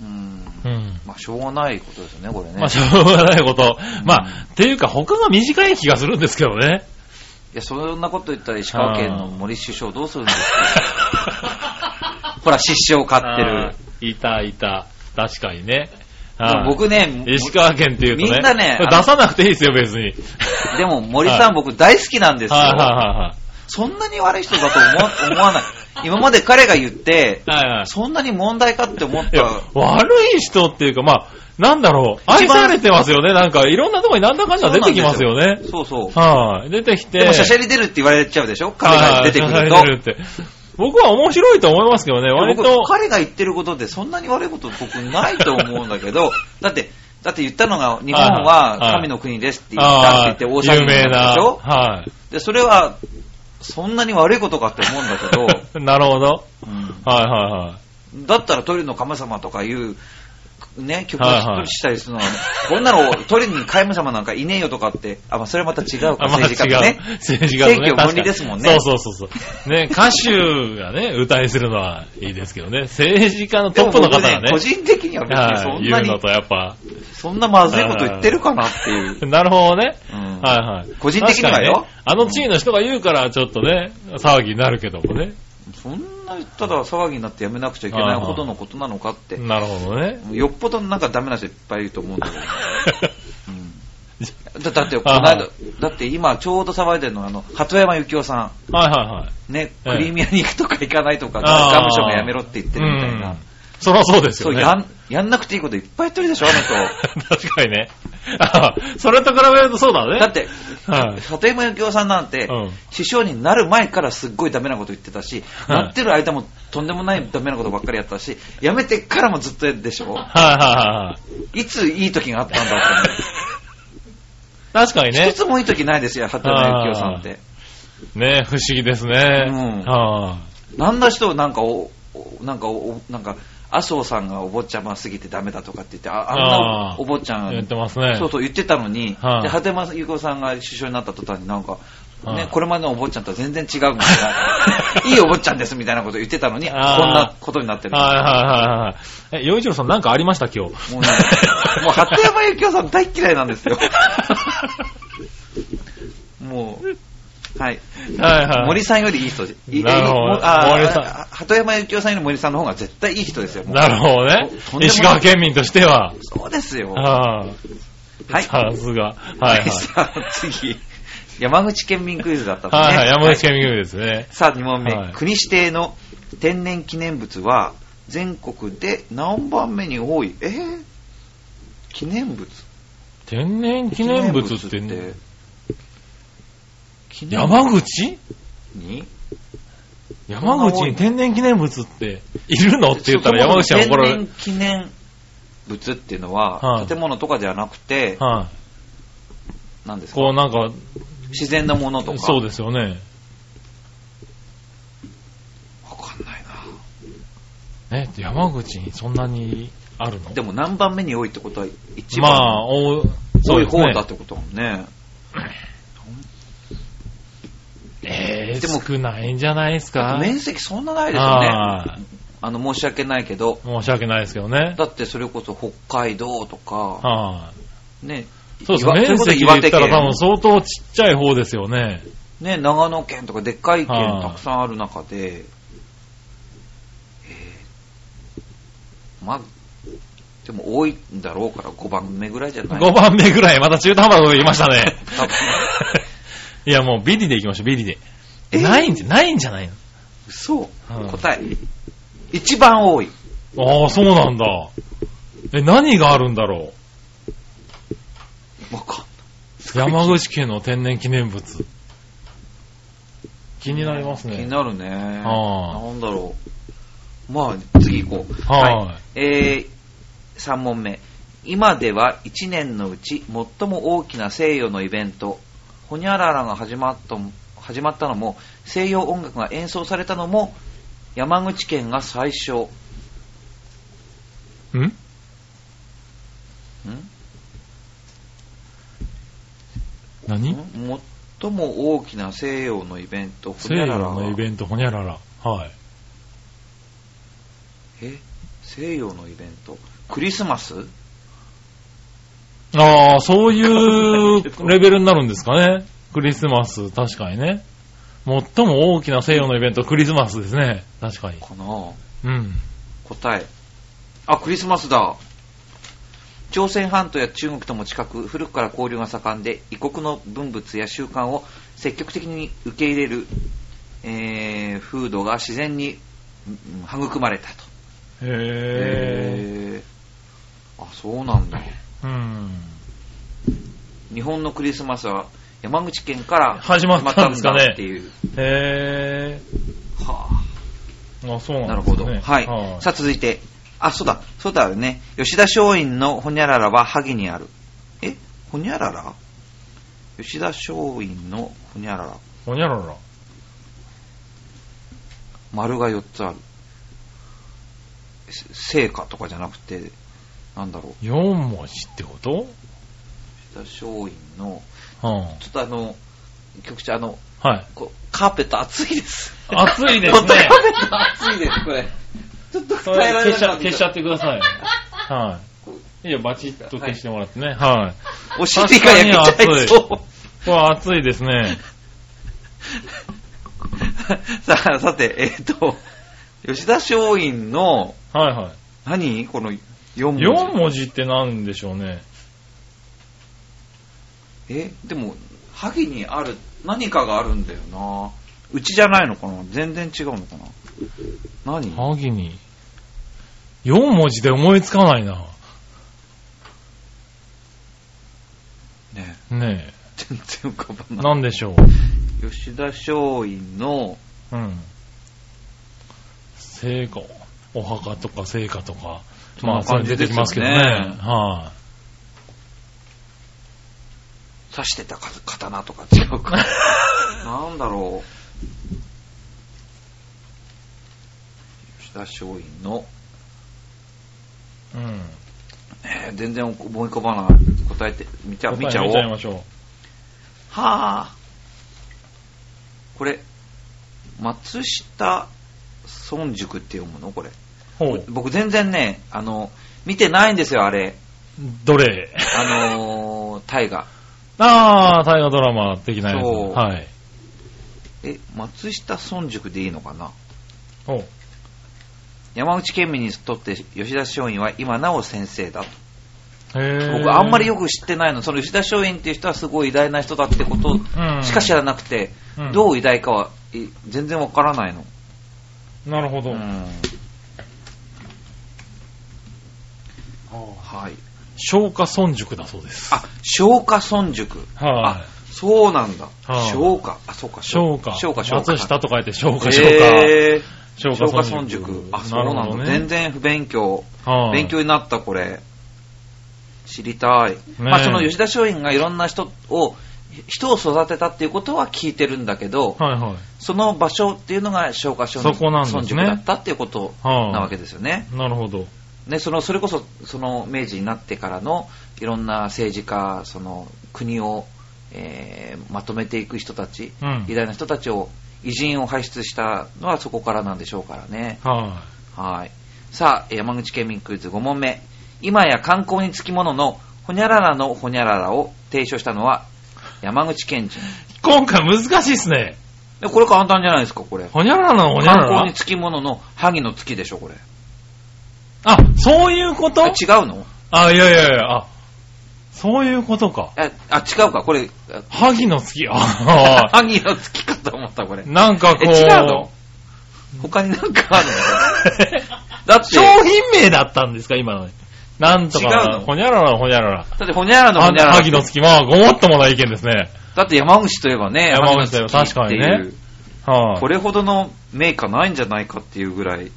Speaker 1: うん、
Speaker 2: うん。
Speaker 1: まあ、しょうがないことですよね、これね。
Speaker 2: まあ、
Speaker 1: い
Speaker 2: しょうがないこと。
Speaker 1: ん
Speaker 2: まあ、っていうか、他が短い気がするんですけどね。
Speaker 1: や、そんなこと言ったら石川県の森首相どうするんです
Speaker 2: [laughs]
Speaker 1: かほら、失笑買ってる。
Speaker 2: る。いた、いた。確かにね。
Speaker 1: でも
Speaker 2: はい
Speaker 1: 僕ね、
Speaker 2: 石川県っていうとね。
Speaker 1: みんなね
Speaker 2: これ
Speaker 1: あの
Speaker 2: 出さなくていいですよ、別に。
Speaker 1: でも森さ
Speaker 2: は
Speaker 1: ん僕大好きなんですよ。
Speaker 2: はいは
Speaker 1: そんなに悪い人だと思思わない。今まで彼が言って、
Speaker 2: いはい。はいはい。
Speaker 1: そんなに問題かって思っ
Speaker 2: いや
Speaker 1: た。
Speaker 2: 悪い人っていうか、まあ、なんだろう、愛
Speaker 1: 一番
Speaker 2: されてますよね。なんか、いろんなとこになんだかんだ出てきますよね。
Speaker 1: そうそう。
Speaker 2: はい、出てきて。
Speaker 1: でも、しゃしゃり出るって言われちゃうでしょ彼が出てく
Speaker 2: はい
Speaker 1: る
Speaker 2: しゃしゃ
Speaker 1: と。
Speaker 2: り出るって。僕は面白いと思いますけどね、割と。
Speaker 1: 僕彼が言ってることでそんなに悪いこと僕ないと思うんだけど、だって、だって言ったのが、日本
Speaker 2: はい
Speaker 1: は
Speaker 2: はい
Speaker 1: 神の国ですって言った
Speaker 2: あ
Speaker 1: って
Speaker 2: あ
Speaker 1: 言って、大騒ぎ
Speaker 2: 有
Speaker 1: に
Speaker 2: 名
Speaker 1: な
Speaker 2: な。
Speaker 1: ったでしょ
Speaker 2: はい、
Speaker 1: で、それは、そんなに悪いことかって思うんだけど、
Speaker 2: [laughs] なるほど。
Speaker 1: うん
Speaker 2: はいはいはい。
Speaker 1: だったらトイレの神様とかいう、ね、曲を
Speaker 2: はい
Speaker 1: し
Speaker 2: はい
Speaker 1: っとりしたりするのは、こんなのトイレに神様なんかいねえよとかって、あ、まあ、それはまた違うか、
Speaker 2: あ、まあ違う
Speaker 1: 政治家とね。。
Speaker 2: 政治家とね。
Speaker 1: 選挙分離ですもんね
Speaker 2: 確かにそうそうそうそう。ね、歌手がね、歌いするのはいいですけどね。政治家の
Speaker 1: で
Speaker 2: トッ
Speaker 1: も
Speaker 2: プの方
Speaker 1: 僕
Speaker 2: が
Speaker 1: ね、
Speaker 2: ね。
Speaker 1: 個人的には別に
Speaker 2: は
Speaker 1: そ
Speaker 2: い、
Speaker 1: んな
Speaker 2: 言うの
Speaker 1: に、
Speaker 2: とやっぱ。
Speaker 1: そんなまずいこと言ってるかなっていう。
Speaker 2: なるほどね。
Speaker 1: うん
Speaker 2: はいはい。
Speaker 1: 個人的にはよ
Speaker 2: 確かねあの地位の人が言うから、ちょっとね、騒ぎになるけどもね。
Speaker 1: そんな、ただ騒ぎになってやめなくちゃいけないほどのことなのかって。
Speaker 2: なるほ
Speaker 1: [laughs]
Speaker 2: どね。
Speaker 1: よっぽどなんかダメな人いっぱいいると思うんだけど。うんだだって、この
Speaker 2: はい
Speaker 1: 間
Speaker 2: は、
Speaker 1: だって今ちょうど騒いでるのは、あの、鳩山幸夫さん。
Speaker 2: はいはいはい。
Speaker 1: ね、
Speaker 2: ええ
Speaker 1: クリミアに行くとか行かないとか、
Speaker 2: あー
Speaker 1: 外務省がやめろって言ってるみたい
Speaker 2: うん
Speaker 1: な。
Speaker 2: そりゃそうです
Speaker 1: そ
Speaker 2: よ
Speaker 1: う、
Speaker 2: ね。
Speaker 1: やん、やんなくていいこといっぱい言ってるでしょ、あの
Speaker 2: [laughs] 確かにね。 [laughs] あそれと比べるとそうだね。
Speaker 1: 人。だって、
Speaker 2: はい、
Speaker 1: 里山幸雄さんなんて、
Speaker 2: うん
Speaker 1: 首相になる前からすっごいダメなこと言ってたし、
Speaker 2: はい
Speaker 1: なってる間もとんでもないダメなことばっかりやったし、やめてからもずっとでしょ。
Speaker 2: はいはいはいはい。
Speaker 1: いついい時があったんだって
Speaker 2: [laughs]
Speaker 1: 思う。
Speaker 2: 確かにね
Speaker 1: 一。つもいい時ないですよ、里山幸雄さんって。
Speaker 2: ね不思議ですね。
Speaker 1: うん
Speaker 2: は
Speaker 1: なんだ人をなんかお、おなんかお、なんか、麻生さんがお坊ちゃますぎてダメだとかって言って、ああん
Speaker 2: あ
Speaker 1: な
Speaker 2: ー
Speaker 1: お坊ちゃ
Speaker 2: あ、
Speaker 1: ん
Speaker 2: 言ってますね。
Speaker 1: そうそう言ってたのに、
Speaker 2: はい
Speaker 1: で、鳩山由子さんが首相になった途端になんか、
Speaker 2: は
Speaker 1: ね
Speaker 2: い、
Speaker 1: これまでのお坊ちゃんとは全然違うみたいな、
Speaker 2: [laughs]
Speaker 1: いいお坊ちゃんですみたいなこと言ってたのに、こん
Speaker 2: あー
Speaker 1: なことになってる。
Speaker 2: はいはいはいはい。え、洋一郎さんなんかありました今日。
Speaker 1: もうね、もう鳩山由紀夫さん大嫌いなん
Speaker 2: [laughs]
Speaker 1: ですよ。もう、はい。
Speaker 2: はいはい。
Speaker 1: 森さんよりいい人で。いい
Speaker 2: なるほど
Speaker 1: もあー
Speaker 2: 森さん
Speaker 1: あ鳩山由紀夫さんより森さんの方が絶対いい人ですよ。もう
Speaker 2: なるほど
Speaker 1: とと
Speaker 2: ね
Speaker 1: んでも。ない
Speaker 2: 石川県民としては。
Speaker 1: そうですよ。は
Speaker 2: ああ、
Speaker 1: い。
Speaker 2: さすが。
Speaker 1: [laughs]
Speaker 2: はいはい。
Speaker 1: さあ、次。山口県民クイズだったのね。
Speaker 2: はいはい、山口県民組ですね。
Speaker 1: さあ、2問目、
Speaker 2: はい
Speaker 1: 国指定の天然記念物は、全国で何番目に多いえー、記念物
Speaker 2: 天然記念物って、
Speaker 1: 記念物
Speaker 2: 山口
Speaker 1: に
Speaker 2: 山口に天然記念物って、いるのって言った
Speaker 1: そ
Speaker 2: ら山
Speaker 1: も
Speaker 2: 口
Speaker 1: そ
Speaker 2: は
Speaker 1: も
Speaker 2: 怒られ
Speaker 1: 天然
Speaker 2: る。
Speaker 1: 記念物っていうの
Speaker 2: は
Speaker 1: は、
Speaker 2: い
Speaker 1: 建物とかではなくて、
Speaker 2: は
Speaker 1: 何で
Speaker 2: い。
Speaker 1: すか
Speaker 2: こうなんか、
Speaker 1: 自然なものとか。
Speaker 2: そうですよね。
Speaker 1: わかんないな。
Speaker 2: え、山口にそんなにあるの
Speaker 1: でも何番目に多いってことは、一
Speaker 2: ま
Speaker 1: 番
Speaker 2: あ、おそ
Speaker 1: 多
Speaker 2: う
Speaker 1: い
Speaker 2: です
Speaker 1: 方
Speaker 2: ね
Speaker 1: だ。ってことだもんね。
Speaker 2: えー、
Speaker 1: でも
Speaker 2: 少ないんじゃないですか
Speaker 1: 面積そんなないですよね。
Speaker 2: あ
Speaker 1: あの、申し訳ないけど、
Speaker 2: あ、申し訳ないですけどね。
Speaker 1: だってそれこそ北海道とか、
Speaker 2: は
Speaker 1: ね、
Speaker 2: い。そうです
Speaker 1: 岩
Speaker 2: ね。面
Speaker 1: と
Speaker 2: 積
Speaker 1: い
Speaker 2: で
Speaker 1: うこ
Speaker 2: 言
Speaker 1: と
Speaker 2: った
Speaker 1: で
Speaker 2: ら
Speaker 1: 岩手県
Speaker 2: 多分相当ちっちゃい方ですよね。
Speaker 1: ね、長野県とかでっかい県
Speaker 2: はい
Speaker 1: たくさんある中で、えーまあ、でも多いんだろうから5番目ぐらいじゃない
Speaker 2: 5番目ぐらい、また中途半端なこと言いましたね
Speaker 1: 多
Speaker 2: [laughs]
Speaker 1: 分。
Speaker 2: いや、もうビリで行きましょう、ビリで。
Speaker 1: えー
Speaker 2: ないんじゃ、ないんじゃないの
Speaker 1: 嘘
Speaker 2: うん
Speaker 1: 答え、一番多い。
Speaker 2: ああ、そうなんだ。え、何があるんだろ
Speaker 1: わかん
Speaker 2: う。山口県の天然記念物。気になります
Speaker 1: 気に
Speaker 2: ね。
Speaker 1: なるね。
Speaker 2: あー
Speaker 1: なんだろう。まあ、次行こう。
Speaker 2: は
Speaker 1: えー、3問目。今では1年のうち最も大きな西洋のイベント、ホニャララが始まった始まったのも、西洋音楽が演奏されたのも、山口県が最初。
Speaker 2: い。ん
Speaker 1: ん
Speaker 2: 何
Speaker 1: 最も大きな西洋のイベント、ホ
Speaker 2: 西
Speaker 1: ニャ
Speaker 2: 洋
Speaker 1: ララが
Speaker 2: のイベント、ほにゃらら。はい。
Speaker 1: え西洋のイベントクリスマス
Speaker 2: ああ、そういうレベルになるんですかね。クリスマス、確かにね。最も大きな西洋のイベント、クリスマスですね。確かに。
Speaker 1: かな
Speaker 2: うん。
Speaker 1: 答え。あ、クリスマスだ。朝鮮半島や中国とも近く、古くから交流が盛んで、異国の文物や習慣を積極的に受け入れる、えー、風土が自然にうんうん育まれたと。
Speaker 2: へ
Speaker 1: へーあ、そうなんだ。
Speaker 2: ー。うん。
Speaker 1: 日本のクリスマスは山口県から
Speaker 2: 始まったんですかね
Speaker 1: 始まったっていう。
Speaker 2: へ
Speaker 1: はあ
Speaker 2: ー。あ、そう
Speaker 1: な
Speaker 2: な
Speaker 1: る
Speaker 2: んです
Speaker 1: ほ
Speaker 2: ね。
Speaker 1: ど。はい。さあ続いて。あ、そうだ。そうだよね。吉田松陰のほにゃららはハゲにある。えほにゃらら吉田松陰のほにゃらら。
Speaker 2: ほにゃらら。
Speaker 1: 丸が4つある。せ成果とかじゃなくて、なんだろう。
Speaker 2: 4文字ってこと
Speaker 1: 吉田松陰の、
Speaker 2: うん。
Speaker 1: ちょっとあの、局長、あの、
Speaker 2: はい。
Speaker 1: こカーペット熱いです。
Speaker 2: 熱いで
Speaker 1: ホ
Speaker 2: す
Speaker 1: ットカー。
Speaker 2: ね
Speaker 1: ペット熱いです、これ。ちょっと
Speaker 2: それ
Speaker 1: 伝えられな
Speaker 2: 消しちゃ
Speaker 1: かっ
Speaker 2: 消しちゃってく
Speaker 1: [laughs]
Speaker 2: ださい。はい。いいよ、バチッと消してもらってね。はい。
Speaker 1: た。お尻が焼けちゃいそう。
Speaker 2: これは熱いですね。
Speaker 1: [laughs] さあ、さて、えっ、と、吉田松陰の、
Speaker 2: はいはい。
Speaker 1: 何この4文字。
Speaker 2: 4文字って何でしょうね。
Speaker 1: え、でも、萩にある、何かがあるんだよな。うちじゃないのかな全然違うのかな何
Speaker 2: 萩に。4文字で思いつかないな。
Speaker 1: ね
Speaker 2: ね
Speaker 1: 全然浮かば
Speaker 2: え。
Speaker 1: ない。
Speaker 2: 何でしょ
Speaker 1: 吉田松陰の、
Speaker 2: う。うん。聖火。お墓とか聖火とか。まあ、
Speaker 1: そ
Speaker 2: そ
Speaker 1: んな感じ
Speaker 2: れ出てきますけどね。
Speaker 1: ですよね
Speaker 2: はい、
Speaker 1: 刺してた刀とか違うか。
Speaker 2: [laughs]
Speaker 1: なんだろう。吉田松陰の、
Speaker 2: うん。
Speaker 1: えー全然思い浮かばない。答えて、見ちゃ、見ちゃおう
Speaker 2: 答え。いましょう。
Speaker 1: はあ。これ、松下村塾って読むのこれ。
Speaker 2: ほう。
Speaker 1: 僕全然ね、あの、見てないんですよ、あれ。
Speaker 2: どれ
Speaker 1: あのー、大河。
Speaker 2: [laughs] ああ、大河ドラマ的なやつ。
Speaker 1: そう
Speaker 2: はい。
Speaker 1: え、松下村塾でいいのかな
Speaker 2: ほう。
Speaker 1: 山口県民にとって吉田松陰は今なお先生だと。
Speaker 2: へえ。
Speaker 1: 僕あんまりよ
Speaker 2: く、
Speaker 1: く知ってないの。その吉田松陰っていう人はすごい偉大な人だってことしか知らなくて、
Speaker 2: うん
Speaker 1: どう偉大かはい全然わからないの。
Speaker 2: なるほど。
Speaker 1: うんはい。
Speaker 2: 消化村塾だそうです。
Speaker 1: あ、消化村塾。
Speaker 2: は
Speaker 1: あ、
Speaker 2: い、
Speaker 1: そうなんだ。
Speaker 2: はい
Speaker 1: 消化。あ、そうか、
Speaker 2: 消化。
Speaker 1: 消化、消化。
Speaker 2: 松下と書いて消化、消化。
Speaker 1: へー
Speaker 2: 消
Speaker 1: 消
Speaker 2: 化
Speaker 1: 化
Speaker 2: 村
Speaker 1: 村
Speaker 2: 塾
Speaker 1: 塾。あ、そうな
Speaker 2: るほ
Speaker 1: んだ。
Speaker 2: どね
Speaker 1: 全然不勉強。
Speaker 2: はい
Speaker 1: 勉強になった、これ。知りたい。
Speaker 2: え
Speaker 1: まあ、その吉田松陰がいろんな人を、人を育てたっていうことは聞いてるんだけど、
Speaker 2: はいはい。
Speaker 1: その場所っていうのが消化村
Speaker 2: そこなんですね
Speaker 1: 村塾だったっていうこと
Speaker 2: はい
Speaker 1: なわけですよね。
Speaker 2: なるほど。
Speaker 1: ね、そのそれこそその明治になってからのいろんな政治家その国を、えーまとめていく人たち、
Speaker 2: うん
Speaker 1: 偉大な人たちを偉人を輩出したのはそこからなんでしょうからね
Speaker 2: は
Speaker 1: はいさあ山口県民クイズ5問目今や観光につきもののほにゃららのほにゃららを提唱したのは山口県人
Speaker 2: い。今回難しいっすね。
Speaker 1: でこれ簡単じゃないですかこれ
Speaker 2: ほにゃららのほに
Speaker 1: 観
Speaker 2: ゃら
Speaker 1: 光
Speaker 2: ら
Speaker 1: に。つきものの萩の月でしょこれ
Speaker 2: あ、そういうこと
Speaker 1: あ違うの
Speaker 2: あ、いやいやいや、あ、そういうことか。
Speaker 1: ああ違うかこれ
Speaker 2: 萩の月、あ
Speaker 1: 萩の月かと思ったこれ
Speaker 2: なんかこ
Speaker 1: え違うの
Speaker 2: う、
Speaker 1: 他になんかあるのだって
Speaker 2: [laughs] 商、品名だったんですか、今のね。なんと
Speaker 1: 違う
Speaker 2: か
Speaker 1: の、
Speaker 2: ほにゃらら、ほにゃらら。
Speaker 1: だってほにゃらのほ
Speaker 2: あ
Speaker 1: にゃら
Speaker 2: 萩の月、まあ、ごもっともない意見ですね。
Speaker 1: だって山口といえばね、
Speaker 2: 山口といえば
Speaker 1: 山口っていう
Speaker 2: 確かにねはい、
Speaker 1: これほどのメーカーないんじゃないかっていうぐらい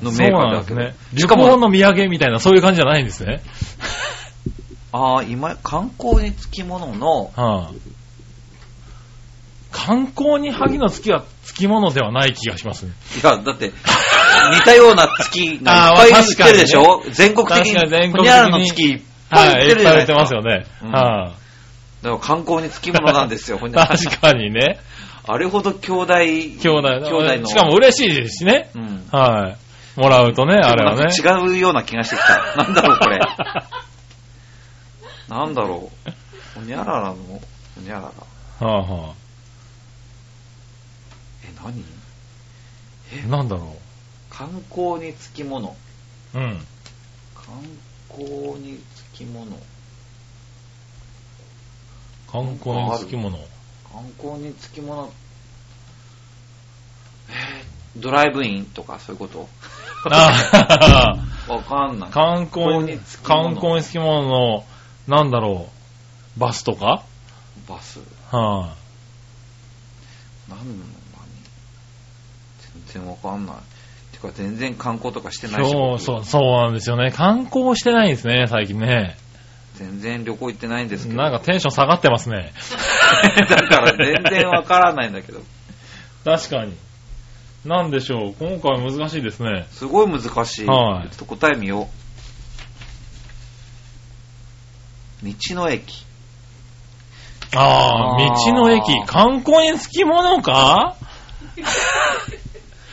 Speaker 1: の
Speaker 2: そう
Speaker 1: メーカー
Speaker 2: なん
Speaker 1: だ
Speaker 2: で
Speaker 1: け
Speaker 2: す
Speaker 1: ど。
Speaker 2: ね。
Speaker 1: し
Speaker 2: 旅
Speaker 1: かも、
Speaker 2: 行の土産みたいな、そういう感じじゃないんですね。
Speaker 1: ああ、今、観光につきものの、
Speaker 2: はあ、観光に萩の月は付き物ではない気がしますね。
Speaker 1: いや、だ
Speaker 2: [laughs]
Speaker 1: って、似たような月がいっぱい売ってるでしょ全国的
Speaker 2: 確かに全
Speaker 1: に。
Speaker 2: 国
Speaker 1: ほ
Speaker 2: 的に
Speaker 1: にゃらの月いっぱい売
Speaker 2: は
Speaker 1: っ
Speaker 2: い、
Speaker 1: てる
Speaker 2: いっ
Speaker 1: じ
Speaker 2: ぱ
Speaker 1: ゃない
Speaker 2: い売
Speaker 1: で
Speaker 2: って
Speaker 1: す
Speaker 2: ま
Speaker 1: か。
Speaker 2: すよね。
Speaker 1: うん
Speaker 2: は
Speaker 1: だから観光につきものなんです
Speaker 2: [laughs]
Speaker 1: よ、ほ
Speaker 2: い
Speaker 1: にゃらの月
Speaker 2: 確かにね。
Speaker 1: あれほど兄弟、兄
Speaker 2: 兄弟
Speaker 1: の。
Speaker 2: しかも、嬉しいしね。
Speaker 1: うん。
Speaker 2: はい。もらうとね、あれはね。
Speaker 1: なんか違うような気がしてきた。なんだろう、
Speaker 2: [laughs]
Speaker 1: これ。なんだろう。ほにゃららの、ほにゃらら。
Speaker 2: はあは
Speaker 1: え、何
Speaker 2: あ、なんだろ
Speaker 1: 観光につきもの。
Speaker 2: う。うん。
Speaker 1: 観光につきもの。
Speaker 2: 観光につきもの。
Speaker 1: 観光につきもの。えードライブインとかそういうこと
Speaker 2: あ
Speaker 1: [laughs] わかんない。
Speaker 2: 観光に、観光につきものの、なんだろう。バスとか
Speaker 1: バス。
Speaker 2: は
Speaker 1: 何の何全然わかんない。てか全然観光とかして
Speaker 2: い、
Speaker 1: ないし。
Speaker 2: そう、
Speaker 1: 僕
Speaker 2: そう、そうなんですよね。観光してないんですね、最近ね。
Speaker 1: 全然旅行行ってないんですけど。
Speaker 2: なんかテンション下がってますね。
Speaker 1: [laughs] だから全然わからないんだけど。
Speaker 2: 確かに。なんでしょう。今回難しいですね。
Speaker 1: すごい難しい。
Speaker 2: はい
Speaker 1: ちょっと答え見よう。道の駅。
Speaker 2: あ
Speaker 1: あ
Speaker 2: あ、
Speaker 1: ー
Speaker 2: 道の駅。観光につきものか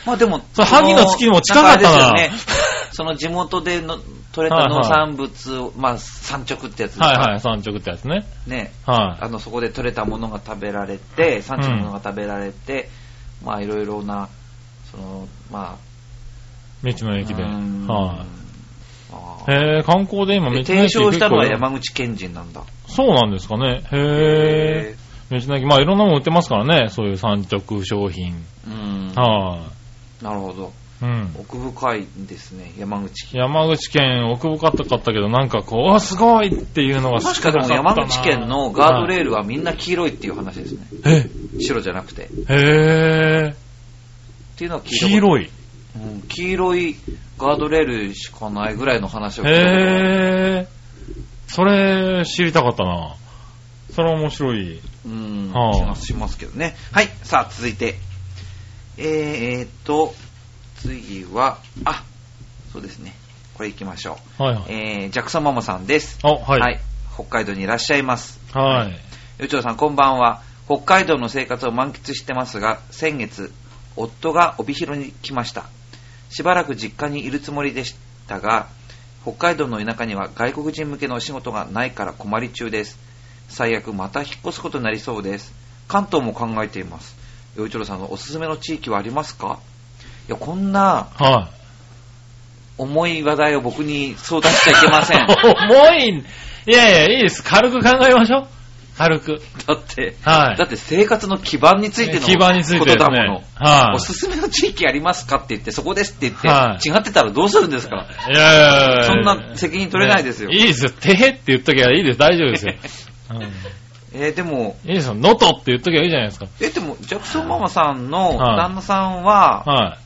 Speaker 1: まあでも、
Speaker 2: そう萩の月も近かったな
Speaker 1: なんかあれですよね。その地元での取れた農産物を、まあ産直ってやつですか
Speaker 2: はいはい、産直ってやつね。
Speaker 1: ね。
Speaker 2: は
Speaker 1: あの、そこで取れたものが食べられて、産地のものが食べられて、まあいろいろな、その、ま
Speaker 2: い。道の
Speaker 1: あ、
Speaker 2: 駅で。
Speaker 1: うーん
Speaker 2: は
Speaker 1: あ
Speaker 2: い。
Speaker 1: ー
Speaker 2: へえ、観光で今道の
Speaker 1: で
Speaker 2: 駅
Speaker 1: 提唱したのは
Speaker 2: 結構
Speaker 1: 山口県人なんだ。
Speaker 2: そうなんですかね。へえ。道の駅、まあいろんなもの売ってますからね。そういう産直商品。
Speaker 1: うーん。
Speaker 2: は
Speaker 1: なるほど。
Speaker 2: い。うん。
Speaker 1: 奥深いですね、山口県。
Speaker 2: 山口県奥深かったけど、なんかこう、あ、すごいっていうのが
Speaker 1: 確かでも
Speaker 2: 少なったな
Speaker 1: 山口県のガードレールはみんな黄色いっていう話ですね。
Speaker 2: え、
Speaker 1: 白じゃなくて。っ
Speaker 2: へえ、
Speaker 1: ていうのは聞いたこと
Speaker 2: 黄色い。
Speaker 1: うん黄色いガードレールしかないぐらいの話を聞いたことがある
Speaker 2: へえ、それ知りたかったな。それは面白い。
Speaker 1: うん、
Speaker 2: はあ
Speaker 1: 気がしますけどね。はい、さあ続いて。えー、えーっと、次は、あ、そうですね。これ行きましょ
Speaker 2: はいは
Speaker 1: う。
Speaker 2: い。
Speaker 1: えー、ジャクソンママさんです。
Speaker 2: あ、はい。はい。
Speaker 1: 北海道にいらっしゃいます。
Speaker 2: はい。
Speaker 1: よちょうさん、こんばんは。北海道の生活を満喫してますが、先月、夫が帯広に来ました。しばらく実家にいるつもりでしたが、北海道の田舎には外国人向けのお仕事がないから困り中です。最悪、また引っ越すことになりそうです。関東も考えています。よ一郎さんのおすすめの地域はありますかいや、こんな重い話題を僕に相談しちゃいけません。だ
Speaker 2: [laughs] 重いん。いやいや、いいです。軽く考えましょう。軽く。
Speaker 1: って、
Speaker 2: はい
Speaker 1: だって生活の基盤についての
Speaker 2: 基盤について
Speaker 1: こと
Speaker 2: です
Speaker 1: だもの
Speaker 2: ね。。は
Speaker 1: おすすめの地域ありますかって言って、そこですって言って、
Speaker 2: はい
Speaker 1: 違ってたらどうするんですか
Speaker 2: い。いやいやいやいや
Speaker 1: そんな責任取れないですよ
Speaker 2: ねいいですよ。てへって言っときゃいいです。大丈夫ですよ。うん
Speaker 1: えーでも、
Speaker 2: いいですよ。のとって言っときゃいいじゃないですか。
Speaker 1: え、でも、ジャクソンママさんの
Speaker 2: はい
Speaker 1: 旦那さんは、
Speaker 2: は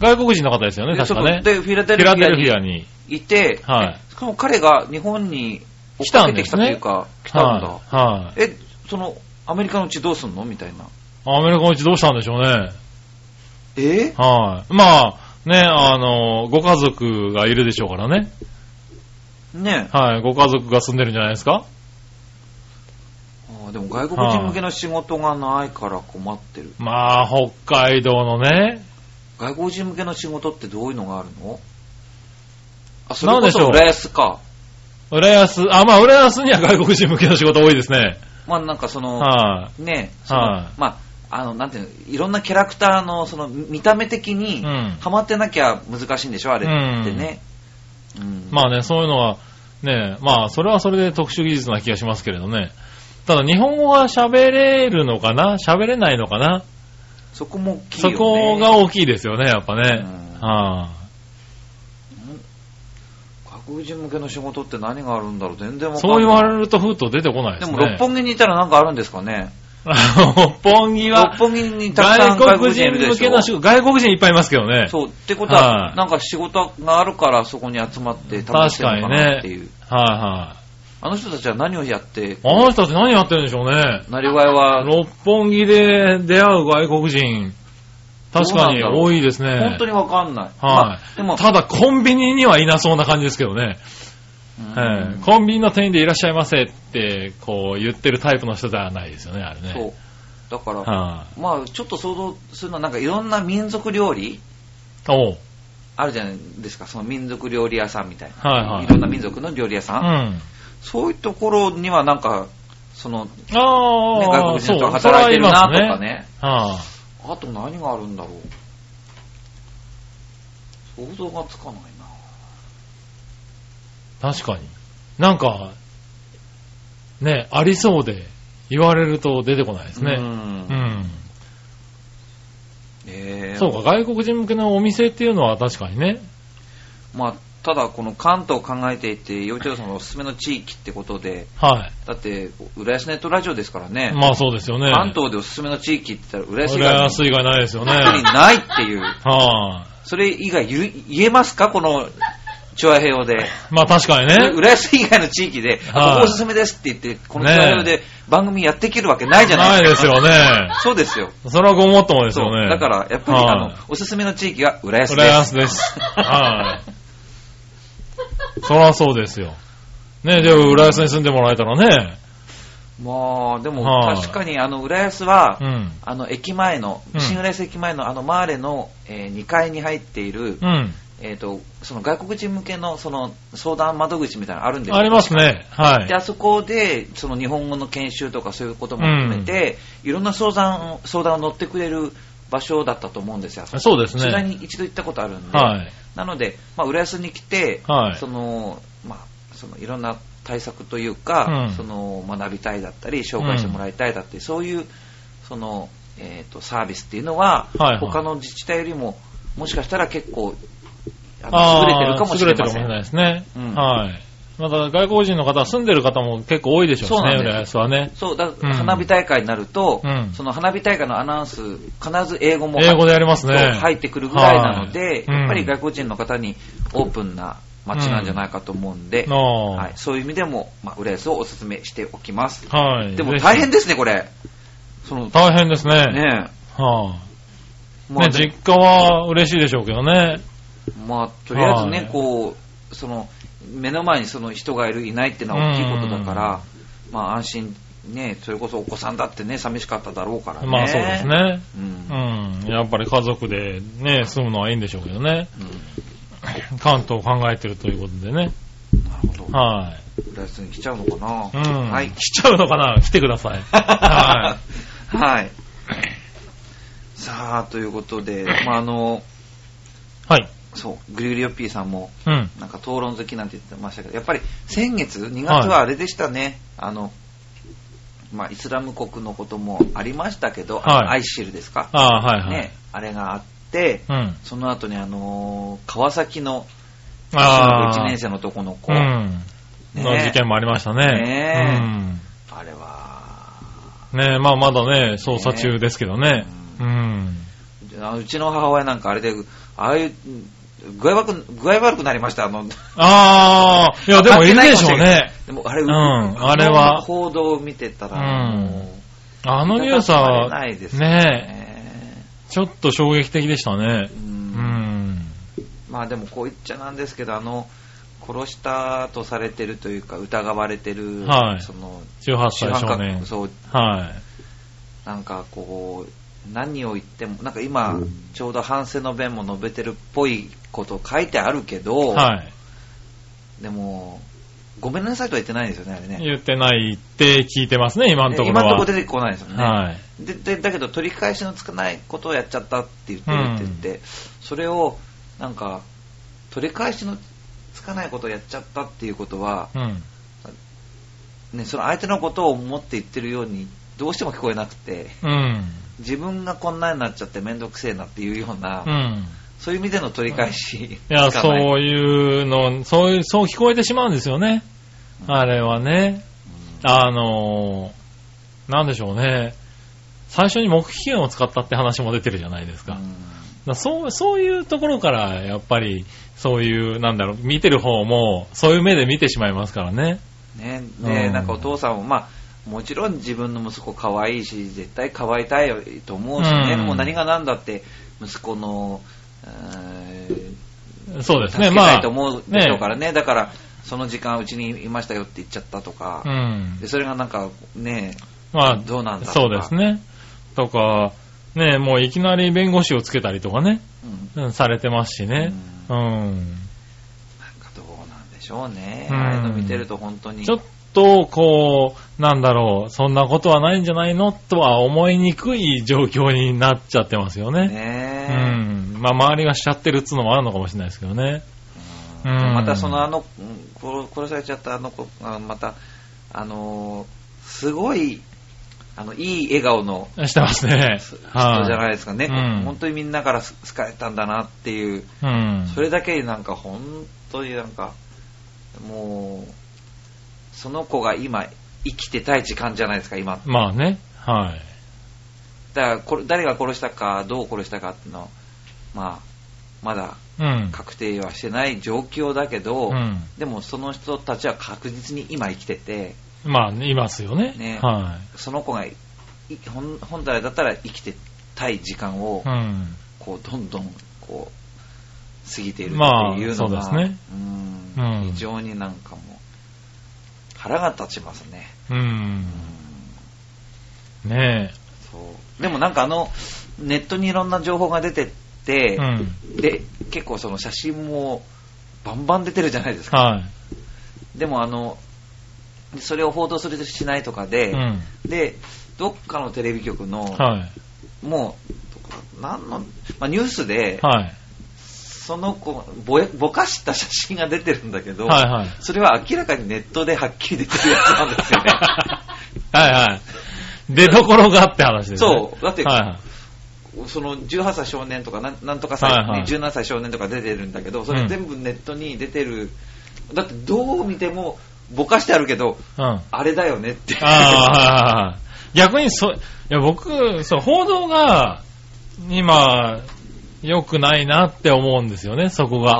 Speaker 2: い。外国人の方ですよね、
Speaker 1: で
Speaker 2: 確かね。
Speaker 1: そこでフィラ
Speaker 2: フ
Speaker 1: デ
Speaker 2: ィ
Speaker 1: ル
Speaker 2: ラデル
Speaker 1: フ
Speaker 2: フ
Speaker 1: ィ
Speaker 2: ィ
Speaker 1: ア
Speaker 2: アに。
Speaker 1: にいて、
Speaker 2: はい
Speaker 1: えしかも彼が日本に追っ
Speaker 2: 来た
Speaker 1: かけ
Speaker 2: ん
Speaker 1: て
Speaker 2: で
Speaker 1: き
Speaker 2: す
Speaker 1: たとい
Speaker 2: ね。
Speaker 1: うか、来たんだ。
Speaker 2: はい。はい
Speaker 1: え、その、アメリカのうちどうすんのみたいな。
Speaker 2: アメリカのうちどうしたんでしょうね。
Speaker 1: え
Speaker 2: はい。まあ、ね、あの、ご家族がいるでしょうからね。
Speaker 1: ねえ
Speaker 2: はい。ご家族が住んでるんじゃないですか
Speaker 1: あーでも外国人向けの仕事がないから困ってる。
Speaker 2: まあ、北海道のね。
Speaker 1: 外国人向けの仕事ってどういうのがあるのあ、それ
Speaker 2: なん
Speaker 1: こ
Speaker 2: でしょ
Speaker 1: そう浦安か。
Speaker 2: 浦安、あ、まあ、浦安には外国人向けの仕事多いですね。
Speaker 1: まあなんかその、
Speaker 2: は
Speaker 1: ねその
Speaker 2: はい
Speaker 1: まあ、あの、なんていうの、いろんなキャラクターの、その、見た目的
Speaker 2: い。
Speaker 1: に
Speaker 2: う、ん。
Speaker 1: ハマってなきゃ難しいんでしょ、あれってね。うん
Speaker 2: まあね、そういうのは、ね、まあ、それはそれで特殊技術な気がしますけれどね。ただ、日本語が喋れるのかな喋れないのかな
Speaker 1: そこも大きいよ
Speaker 2: そ
Speaker 1: ね。
Speaker 2: こが大きいですよね、やっぱ
Speaker 1: う。
Speaker 2: ね
Speaker 1: ん
Speaker 2: は
Speaker 1: 学人向けの仕事って何があるんだろう全然わ
Speaker 2: い
Speaker 1: かん
Speaker 2: そ
Speaker 1: な
Speaker 2: う
Speaker 1: い。
Speaker 2: 言われるとふっと出てこないで
Speaker 1: ですも、
Speaker 2: ね。
Speaker 1: 六本木にいたらなんかあるんですかね
Speaker 2: 六本木
Speaker 1: 六
Speaker 2: は、
Speaker 1: 本木にたくさん
Speaker 2: 外
Speaker 1: 外
Speaker 2: 国
Speaker 1: 国人い
Speaker 2: 人
Speaker 1: るで
Speaker 2: 向
Speaker 1: し
Speaker 2: け
Speaker 1: ょ
Speaker 2: の仕事、外国人いっぱいいますけどね。
Speaker 1: そう。ってことは、
Speaker 2: はい
Speaker 1: なんか仕事があるからそこに集まって楽しんでるのかなっていう。
Speaker 2: は
Speaker 1: あの人たちは何をやって
Speaker 2: いはい。、あの人たち何やってるんでしょうね。
Speaker 1: なりわいは、
Speaker 2: 六本木で出会う外国人、確かに
Speaker 1: どうなんだろう
Speaker 2: 多いですね。
Speaker 1: 本当にわかんない。
Speaker 2: は
Speaker 1: まあでも
Speaker 2: い。、ただ、コンビニにはいなそうな感じですけどね。
Speaker 1: うん
Speaker 2: はいコンビニの店員でいらっしゃいませって、こう言ってるタイプの人ではないですよね、あれね。
Speaker 1: そう。だから、
Speaker 2: は
Speaker 1: まあちょっと想像するのはなんかいろんな民族料理
Speaker 2: い。おう。
Speaker 1: あるじゃないですか、その民族料理屋さんみたいな。
Speaker 2: はいはい
Speaker 1: ろんな民族の料理屋さ。
Speaker 2: うんん。
Speaker 1: そういうところにはなんか、その、ね、
Speaker 2: あ
Speaker 1: 外
Speaker 2: あ、
Speaker 1: 国人の人、
Speaker 2: そう
Speaker 1: が働いてるなと
Speaker 2: それはいま
Speaker 1: か
Speaker 2: すね。
Speaker 1: ね。
Speaker 2: は
Speaker 1: あと何があるんだろう。想像がつかないな。
Speaker 2: い。確かに。なんか、ね、ありそうで、言われると出てこないです
Speaker 1: う。
Speaker 2: ね。うんん。
Speaker 1: えー
Speaker 2: そうか、外国人向けのお店っていうのは確かにね。
Speaker 1: まあ、ただこの関東を考えていて、幼稚園さんのおすすめの地域ってことで、
Speaker 2: は
Speaker 1: だって、浦安ネットラジオですから
Speaker 2: い。
Speaker 1: ね。
Speaker 2: まあそうですよね。
Speaker 1: 関東でおすすめの地域って言ったら浦安以
Speaker 2: 浦
Speaker 1: 外に
Speaker 2: 安以外ないですよね。
Speaker 1: 本当にないっていう。
Speaker 2: は
Speaker 1: それ以外言う言えますかこの、調和平和で。
Speaker 2: い。まあ確かにね。
Speaker 1: 浦安以外の地域で、
Speaker 2: はい
Speaker 1: あここおすすめですって言って、この調和平和で番組やってきるわけないじゃな
Speaker 2: ないい
Speaker 1: で
Speaker 2: ですす
Speaker 1: か。
Speaker 2: よね。
Speaker 1: そうですよ。
Speaker 2: それはごもっともです
Speaker 1: そ
Speaker 2: よ
Speaker 1: う。
Speaker 2: ね。
Speaker 1: だから、やっぱり、
Speaker 2: はい
Speaker 1: あの、おすすめの地域は浦安です。
Speaker 2: 浦安です。はい。そらそうですよ。ねじゃあ浦安に住んでもらえたらね。
Speaker 1: まあ、でも、
Speaker 2: はい
Speaker 1: 確かに、あの、浦安は、
Speaker 2: うん。
Speaker 1: あの、駅前の
Speaker 2: う、ん
Speaker 1: 新浦安駅前の、あの、マーレの、え2階に入っている、
Speaker 2: うん。
Speaker 1: えっ、と、その外国人向けの、その、相談窓口みたいなのあるんですよ
Speaker 2: ありますね。は
Speaker 1: で、
Speaker 2: い。
Speaker 1: あそこで、その日本語の研修とかそういうことも含めて、いろんな相談を、相談を乗ってくれる場所だったと思うんですよ。あそこ
Speaker 2: そうで
Speaker 1: そ
Speaker 2: す
Speaker 1: ちら
Speaker 2: ね。
Speaker 1: に一度行ったことあるんで、
Speaker 2: はい。
Speaker 1: なので、まあ、浦安に来て、
Speaker 2: はい
Speaker 1: その、まあ、そのいろんな対策というか、
Speaker 2: うん
Speaker 1: その学びたいだったり、紹介してもらいたいだったり、そういう、その、えっ、と、サービスっていうのは、
Speaker 2: はいはい
Speaker 1: 他の自治体よりも、もしかしたら結構、あ
Speaker 2: あ
Speaker 1: の優
Speaker 2: あ
Speaker 1: れてるかもしれません。
Speaker 2: 優れてるかもしれないですね。
Speaker 1: うん
Speaker 2: はい。また外国人の方、住んでる方も結構多いでしょうし
Speaker 1: そうなんです
Speaker 2: ね、浦安はね。
Speaker 1: そう、だ
Speaker 2: うん
Speaker 1: 花火大会になると、
Speaker 2: うん
Speaker 1: その花火大会のアナウンス、必ず英語も
Speaker 2: 英語でやりますね
Speaker 1: そう入ってくるぐらいなので、
Speaker 2: はい
Speaker 1: やっぱり外国人の方にオープンな街なんじゃないかと思うんで、
Speaker 2: の
Speaker 1: はい、そういう意味でも、まあ、浦安をお勧めしておきます。
Speaker 2: はい。
Speaker 1: でも
Speaker 2: ぜひ
Speaker 1: 大変ですね、これ。その、ね
Speaker 2: 大変ですね。は
Speaker 1: え
Speaker 2: い。
Speaker 1: まあ、
Speaker 2: ね、実家は嬉しいでしょうけどね。
Speaker 1: まあ、とりあえず
Speaker 2: は
Speaker 1: ね
Speaker 2: い、
Speaker 1: こう、その、目の前にその人がいる、いないっていうのは大きいことだから、まあ、安心、ね、それこそお子さんだってね、寂しかっただろうからね。
Speaker 2: まあそうです。ね。
Speaker 1: うん。
Speaker 2: うん。やっぱり家族でね、住むのはいいんでしょうけどね。関東を考えてるということで
Speaker 1: う
Speaker 2: ね。
Speaker 1: んなるほど。
Speaker 2: は
Speaker 1: 浦安に来ちゃうのか
Speaker 2: い。う
Speaker 1: な。
Speaker 2: ん。
Speaker 1: はい
Speaker 2: 来ちゃうのかな来てく
Speaker 1: [laughs]
Speaker 2: ださい。は
Speaker 1: はい。さあ、ということで、まあ、あの、
Speaker 2: い。はい。
Speaker 1: そう、グリグリオッピーさんも、
Speaker 2: うん。
Speaker 1: なんか討論好きなんて言ってましたけど、やっぱり先月、2月はあれでしたね、あの、まあ、イスラム国のこともありましたけど、あの
Speaker 2: は
Speaker 1: ア
Speaker 2: い
Speaker 1: イシルですか、
Speaker 2: ああ、はいはい。
Speaker 1: ね、あれがあって、
Speaker 2: うん。
Speaker 1: その後にあのー川崎の
Speaker 2: ああ。
Speaker 1: 1年生の男の子、
Speaker 2: うん。の
Speaker 1: ね
Speaker 2: 事件もありました
Speaker 1: ね
Speaker 2: ね。
Speaker 1: あれは、
Speaker 2: うん。ねまあまだね、捜査中ですけどね。うん。
Speaker 1: あうちの母親なんかあれで、ああいう、具合悪く、具合悪くなりました、あの、
Speaker 2: ああ、いやでもいるでしょう
Speaker 1: わかってない
Speaker 2: ね。
Speaker 1: でもあれ、
Speaker 2: うんあれは
Speaker 1: 報道を見てたら、
Speaker 2: うん
Speaker 1: も
Speaker 2: あ
Speaker 1: う
Speaker 2: のニュース
Speaker 1: 見たかったま
Speaker 2: は
Speaker 1: でないです、
Speaker 2: ね
Speaker 1: ね
Speaker 2: ちょっと衝撃的でしたね
Speaker 1: う。
Speaker 2: うんん。
Speaker 1: まあでもこう言っちゃなんですけど、あの、殺したとされてるというか、疑われてる、
Speaker 2: はい
Speaker 1: その、主
Speaker 2: 18歳
Speaker 1: 犯
Speaker 2: 少
Speaker 1: 格
Speaker 2: 年。
Speaker 1: そう、
Speaker 2: は
Speaker 1: なんかこう、何を言っても、なんか今、ちょうど反省の弁も述べてるっぽいこと書いてあるけ
Speaker 2: い。
Speaker 1: ど、
Speaker 2: はい。
Speaker 1: でも、ごめんなさいとは言ってないんですよね、あれね。
Speaker 2: 言ってないって聞いてますね、今のところは。
Speaker 1: 今んとこ出てこないですよね。
Speaker 2: はい。
Speaker 1: ででだけど取り返しのつかないことをやっちゃったって言ってるって言って、それをなんか取り返しのつかないことをやっちゃったっていうことは、
Speaker 2: うん。
Speaker 1: ね、その相手のことを思って言ってるようにどうしても聞こえなくて
Speaker 2: うん。
Speaker 1: 自分がこんなになっちゃってめんどくせえなっていうような、
Speaker 2: うん。
Speaker 1: そういう意味での取り返し、
Speaker 2: いや、
Speaker 1: つか
Speaker 2: そ
Speaker 1: な
Speaker 2: ういうの、そういう、そう聞こえてしまうんですよね。
Speaker 1: うん
Speaker 2: あれはね。
Speaker 1: うん
Speaker 2: あのーなんでしょうね。最初に目標を使ったって話も出てるじゃないですか。だからそう、そういうところから、やっぱり、そういう、なんだろう、見てる方も、そういう目で見てしまいますからね。
Speaker 1: うんねで
Speaker 2: うん
Speaker 1: なんかお父さんも、まあ、もちろん自分の息子可愛いし、絶対可愛いたいと思うしね、
Speaker 2: うん
Speaker 1: もう何が何だって、息子の、えー
Speaker 2: そうです
Speaker 1: 助け
Speaker 2: ね、ま
Speaker 1: たい
Speaker 2: あ。
Speaker 1: と思うでしょうからね、だから、その時間うちにいましたよって言っちゃったとか、
Speaker 2: うん
Speaker 1: で。それがなんかね、
Speaker 2: まあ、
Speaker 1: どうなんだとか
Speaker 2: そうですね。とか、ね、もういきなり弁護士をつけたりとかね、
Speaker 1: うん
Speaker 2: うんされてますしね。うん
Speaker 1: なんかどうなんでしょうね、
Speaker 2: うん
Speaker 1: ああいうの見てると本当に。
Speaker 2: ちょっと、こう、なんだろう、そんなことはないんじゃないのとは思いにくい状況になっちゃってますよね。う
Speaker 1: ねえ
Speaker 2: ん。まあ、周りがしちゃってるっつうのもあるのかもしれないですけどね。
Speaker 1: うん
Speaker 2: うん
Speaker 1: またそのあのうん殺殺されちゃったあの子がまたあのーすごいあのいい笑顔の
Speaker 2: してます
Speaker 1: [laughs]
Speaker 2: ね。
Speaker 1: 人じ
Speaker 2: は
Speaker 1: ゃないですかね、
Speaker 2: うん
Speaker 1: 本当にみんなからす好かれたんだなっていう
Speaker 2: うん。
Speaker 1: それだけなんか本当になんかもうその子が今生きてたい時間じゃないですか今
Speaker 2: まあね。はい。
Speaker 1: だからこれ誰が殺したかどう殺したかっていうのはまあまだ
Speaker 2: うん。
Speaker 1: 確定はしてない状況だけど、
Speaker 2: うん
Speaker 1: でもその人たちは確実に今生きてて、
Speaker 2: まあ、いますよね。
Speaker 1: ね
Speaker 2: は
Speaker 1: その子がい本本来だったら生きてたい時間を
Speaker 2: い。うん。
Speaker 1: こうどんどんこう過ぎているって
Speaker 2: まあ
Speaker 1: いうのが、
Speaker 2: そうですね
Speaker 1: うん
Speaker 2: うん
Speaker 1: 非常になんかもう腹が立ちますね。
Speaker 2: うん
Speaker 1: うん。
Speaker 2: ね
Speaker 1: そうでもなんかあのネットにいろんな情報が出てって、
Speaker 2: え。うん。
Speaker 1: で結構その写真もバンバン出てるじゃないですか。
Speaker 2: は
Speaker 1: でもあの、それを報道するしないとか
Speaker 2: い。
Speaker 1: で、
Speaker 2: うん。
Speaker 1: で、どっかのテレビ局の、
Speaker 2: は
Speaker 1: もう、なんの、まあ、ニュースで
Speaker 2: い。、はい。
Speaker 1: その子ぼや、ぼかした写真が出てるんだけど、
Speaker 2: はいはい [laughs]
Speaker 1: それは明らかにネットではっきり出てるやつなんですよね。
Speaker 2: [laughs] はいはい。出どころがって話ですね。
Speaker 1: そうだって
Speaker 2: はいはい。
Speaker 1: その18歳少年とかなん、なんとか歳、
Speaker 2: はいはい
Speaker 1: 17歳少年とか出てるんだけど、それ全部ネットに出てる、だってどう見てもぼかしてあるけど、
Speaker 2: うん。
Speaker 1: あれだよねって。
Speaker 2: ああ、逆にそ、いや僕、そう、報道が、今、良くないなって思うんですよね、そこが。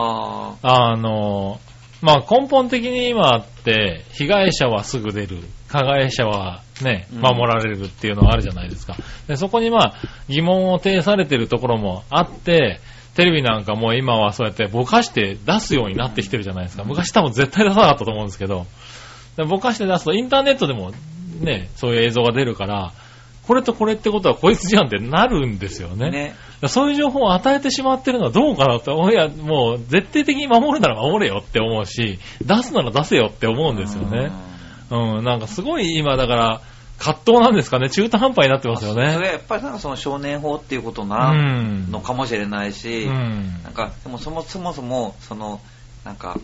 Speaker 1: あ
Speaker 2: あの、まあ根本的に今って、被害者はすぐ出る、加害者はね、
Speaker 1: うん
Speaker 2: 守られるっていうのはあるじゃないですか。で、そこにまあ、疑問を呈されてるところもあって、テレビなんかもう今はそうやってぼかして出すようになってきてるじゃないですか。昔多分絶対出さなかったと思うんですけど、でぼかして出すとインターネットでもね、そういう映像が出るから、これとこれってことはこいつじゃんってなるんですよ
Speaker 1: ーね
Speaker 2: そういう情報を与えてしまってるのはどうかなと、いや、もう絶対的に守るなら守れよって思うし、出すなら出せよって思うんですよね。うん、なんかすごい今だから、葛藤なんですかね、中途半端になってますよ
Speaker 1: それ
Speaker 2: ね。
Speaker 1: はやっぱりなんかその少年法っていうこと
Speaker 2: う
Speaker 1: な、
Speaker 2: ん。
Speaker 1: のかもしれないうし、
Speaker 2: ん。
Speaker 1: なんか、でもそもそもそも、その、なんか、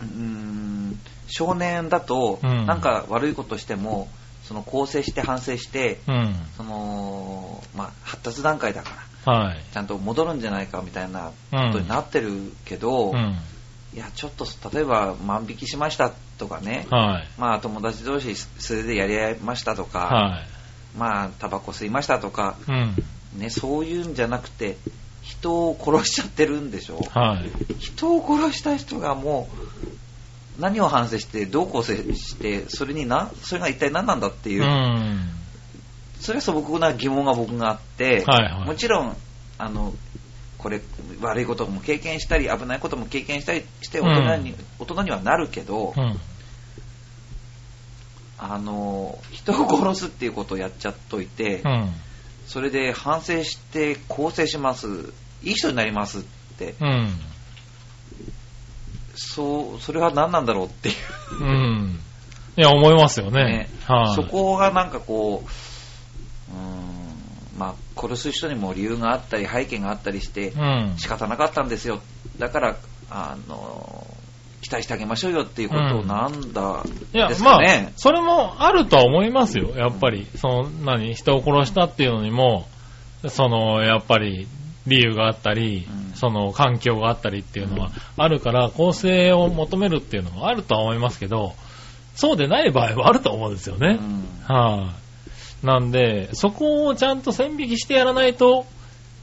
Speaker 1: うーん、少年だと、
Speaker 2: うん
Speaker 1: なんか悪いことしても、その更生して反省して、
Speaker 2: うん。
Speaker 1: その、まあ、発達段階だから、
Speaker 2: はい。
Speaker 1: ちゃんと戻るんじゃないかみたいなことになってるけど、
Speaker 2: うん。
Speaker 1: いや、ちょっと、例えば万引きしましたとかね、
Speaker 2: はい。
Speaker 1: まあ、友達同士素手でやり合いましたとか、
Speaker 2: は
Speaker 1: まあ、タバコ吸いましたとか、
Speaker 2: い。うん。
Speaker 1: ね、そういうんじゃなくて、人を殺しちゃってるんでしょ
Speaker 2: はい。
Speaker 1: 人を殺した人がもう、何を反省して、どう構成して、それにな、それが一体何なんだっていうう、
Speaker 2: ん。
Speaker 1: それは素朴な疑問が僕があって、
Speaker 2: はいはい
Speaker 1: もちろん、あの、これ、悪いことも経験したり、危ないことも経験したりして、大人に、
Speaker 2: うん
Speaker 1: 大人にはなるけど、
Speaker 2: うん。
Speaker 1: あの、人を殺すっていうことをやっちゃっといて、
Speaker 2: うん。
Speaker 1: それで反省して更生します、いい人になりますって、
Speaker 2: うん。
Speaker 1: そうそれは何なんだろうっていう、
Speaker 2: うん。いや、思いますよね
Speaker 1: ね。
Speaker 2: はい。
Speaker 1: そこがなんかこう、うーんまあ、殺す人にも理由があったり、背景があったりして
Speaker 2: う、ん。
Speaker 1: 仕方なかったんですよ、だから、あの期待してあげましょうよっていうことなんだ、
Speaker 2: いや、
Speaker 1: です
Speaker 2: ま
Speaker 1: か
Speaker 2: あ
Speaker 1: ね、
Speaker 2: それもあるとは思いますよ、やっぱり。その、何、人を殺したっていうのにも、その、やっぱり、理由があったり、
Speaker 1: うん
Speaker 2: その、環境があったりっていうのはあるから、公正を求めるっていうのもあるとは思いますけど、そうでない場合はあると思うんですよね。
Speaker 1: うん
Speaker 2: はい、なんで、そこをちゃんと線引きしてやらないと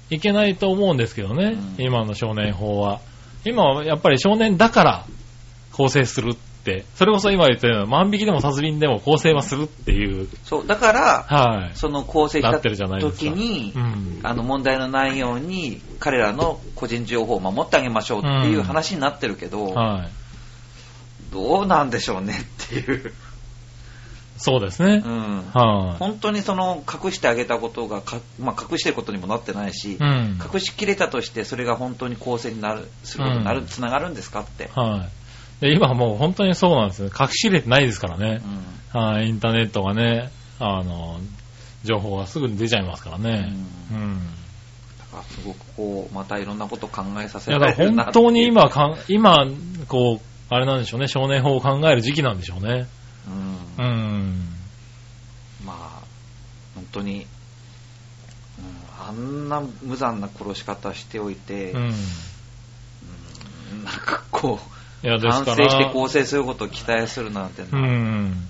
Speaker 2: いけないと思うんですけどね、
Speaker 1: うん
Speaker 2: 今の少年法は。今はやっぱり少年だから構成するって、それこそ今言ったような万引きでも殺人でも構成はするっていう、
Speaker 1: そうだから、
Speaker 2: はい、
Speaker 1: その構成し
Speaker 2: な
Speaker 1: た
Speaker 2: ってるじゃないです
Speaker 1: 時
Speaker 2: か。
Speaker 1: に、
Speaker 2: うん。
Speaker 1: あの問題のないように彼らの個人情報を守ってあげましょうっていう
Speaker 2: うん
Speaker 1: 話になってるけど、
Speaker 2: はい。
Speaker 1: どうなんでしょうねっていう、
Speaker 2: そうですね
Speaker 1: う。ん、
Speaker 2: はい、
Speaker 1: 本当にその隠してあげたことがか、まあ、隠してることにもなってないし、
Speaker 2: うん。
Speaker 1: 隠しきれたとしてそれが本当に公正になるすることになるつながるんですかって、
Speaker 2: はい、で今はもう本当にそうなんですよ。隠し入れてないですからね。
Speaker 1: うん
Speaker 2: はい、インターネットがね、あの、情報がすぐに出ちゃいますからね。うん。
Speaker 1: だからすごくこうまたいろんなことを考えさ
Speaker 2: い
Speaker 1: せ
Speaker 2: や、
Speaker 1: ら
Speaker 2: だ
Speaker 1: れ
Speaker 2: から
Speaker 1: るな
Speaker 2: 本
Speaker 1: っていう
Speaker 2: 当に、今かん、今、こう、あれなんでしょうね、少年法を考える時期なんでしょうね。
Speaker 1: うん
Speaker 2: うん。
Speaker 1: まあ本当に、うんあんな無残な殺し方しておいて、
Speaker 2: うん。
Speaker 1: うんなんかこ
Speaker 2: いや、
Speaker 1: う
Speaker 2: です
Speaker 1: 反
Speaker 2: か
Speaker 1: 省して
Speaker 2: ら、
Speaker 1: 構成することを期待するなんて、
Speaker 2: うん。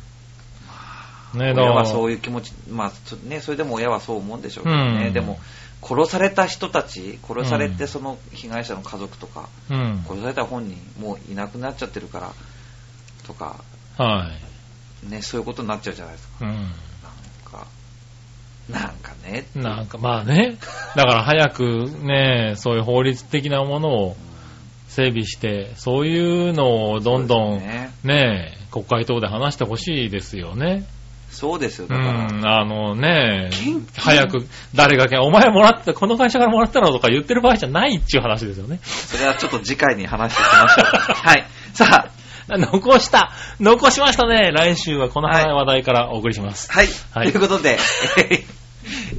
Speaker 2: ね、だか
Speaker 1: 親は
Speaker 2: ら、
Speaker 1: そういう気持ち、まあそね、それでも親はそう思うんでしょうけどね、
Speaker 2: うん
Speaker 1: でも殺された人たち殺され
Speaker 2: う
Speaker 1: て
Speaker 2: ん
Speaker 1: その被害者の家族とか、
Speaker 2: うん。
Speaker 1: 殺された本人もういなくなっちゃってるからとか、
Speaker 2: は
Speaker 1: ね、そういうことになっちゃうじゃないですか
Speaker 2: い。うん。
Speaker 1: なんかなんかね
Speaker 2: なんか、まあね、だから早くね、そういう法律的なものを整備して、そういうのをどんどん、
Speaker 1: そうですね
Speaker 2: ねえ、国会等で話してほしいですよね。
Speaker 1: そうですよ
Speaker 2: う
Speaker 1: だから、
Speaker 2: ん、あのね
Speaker 1: 献金、
Speaker 2: 早く、誰がけ、お前もらった、この会社からもらったのとか言ってる場合じゃないっていう話ですよね。
Speaker 1: それはちょっと次回に話してきましょう
Speaker 2: [laughs]
Speaker 1: はいさあ
Speaker 2: 残した残しましたね来週はこの
Speaker 1: はい
Speaker 2: 話題からお送りします。
Speaker 1: はい、
Speaker 2: はい
Speaker 1: ということで、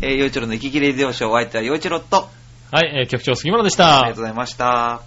Speaker 1: えー、洋一郎の息切れディオショーお相手は洋一郎と
Speaker 2: はい、えー局長杉村でし
Speaker 1: あ
Speaker 2: た
Speaker 1: りがとう。ございました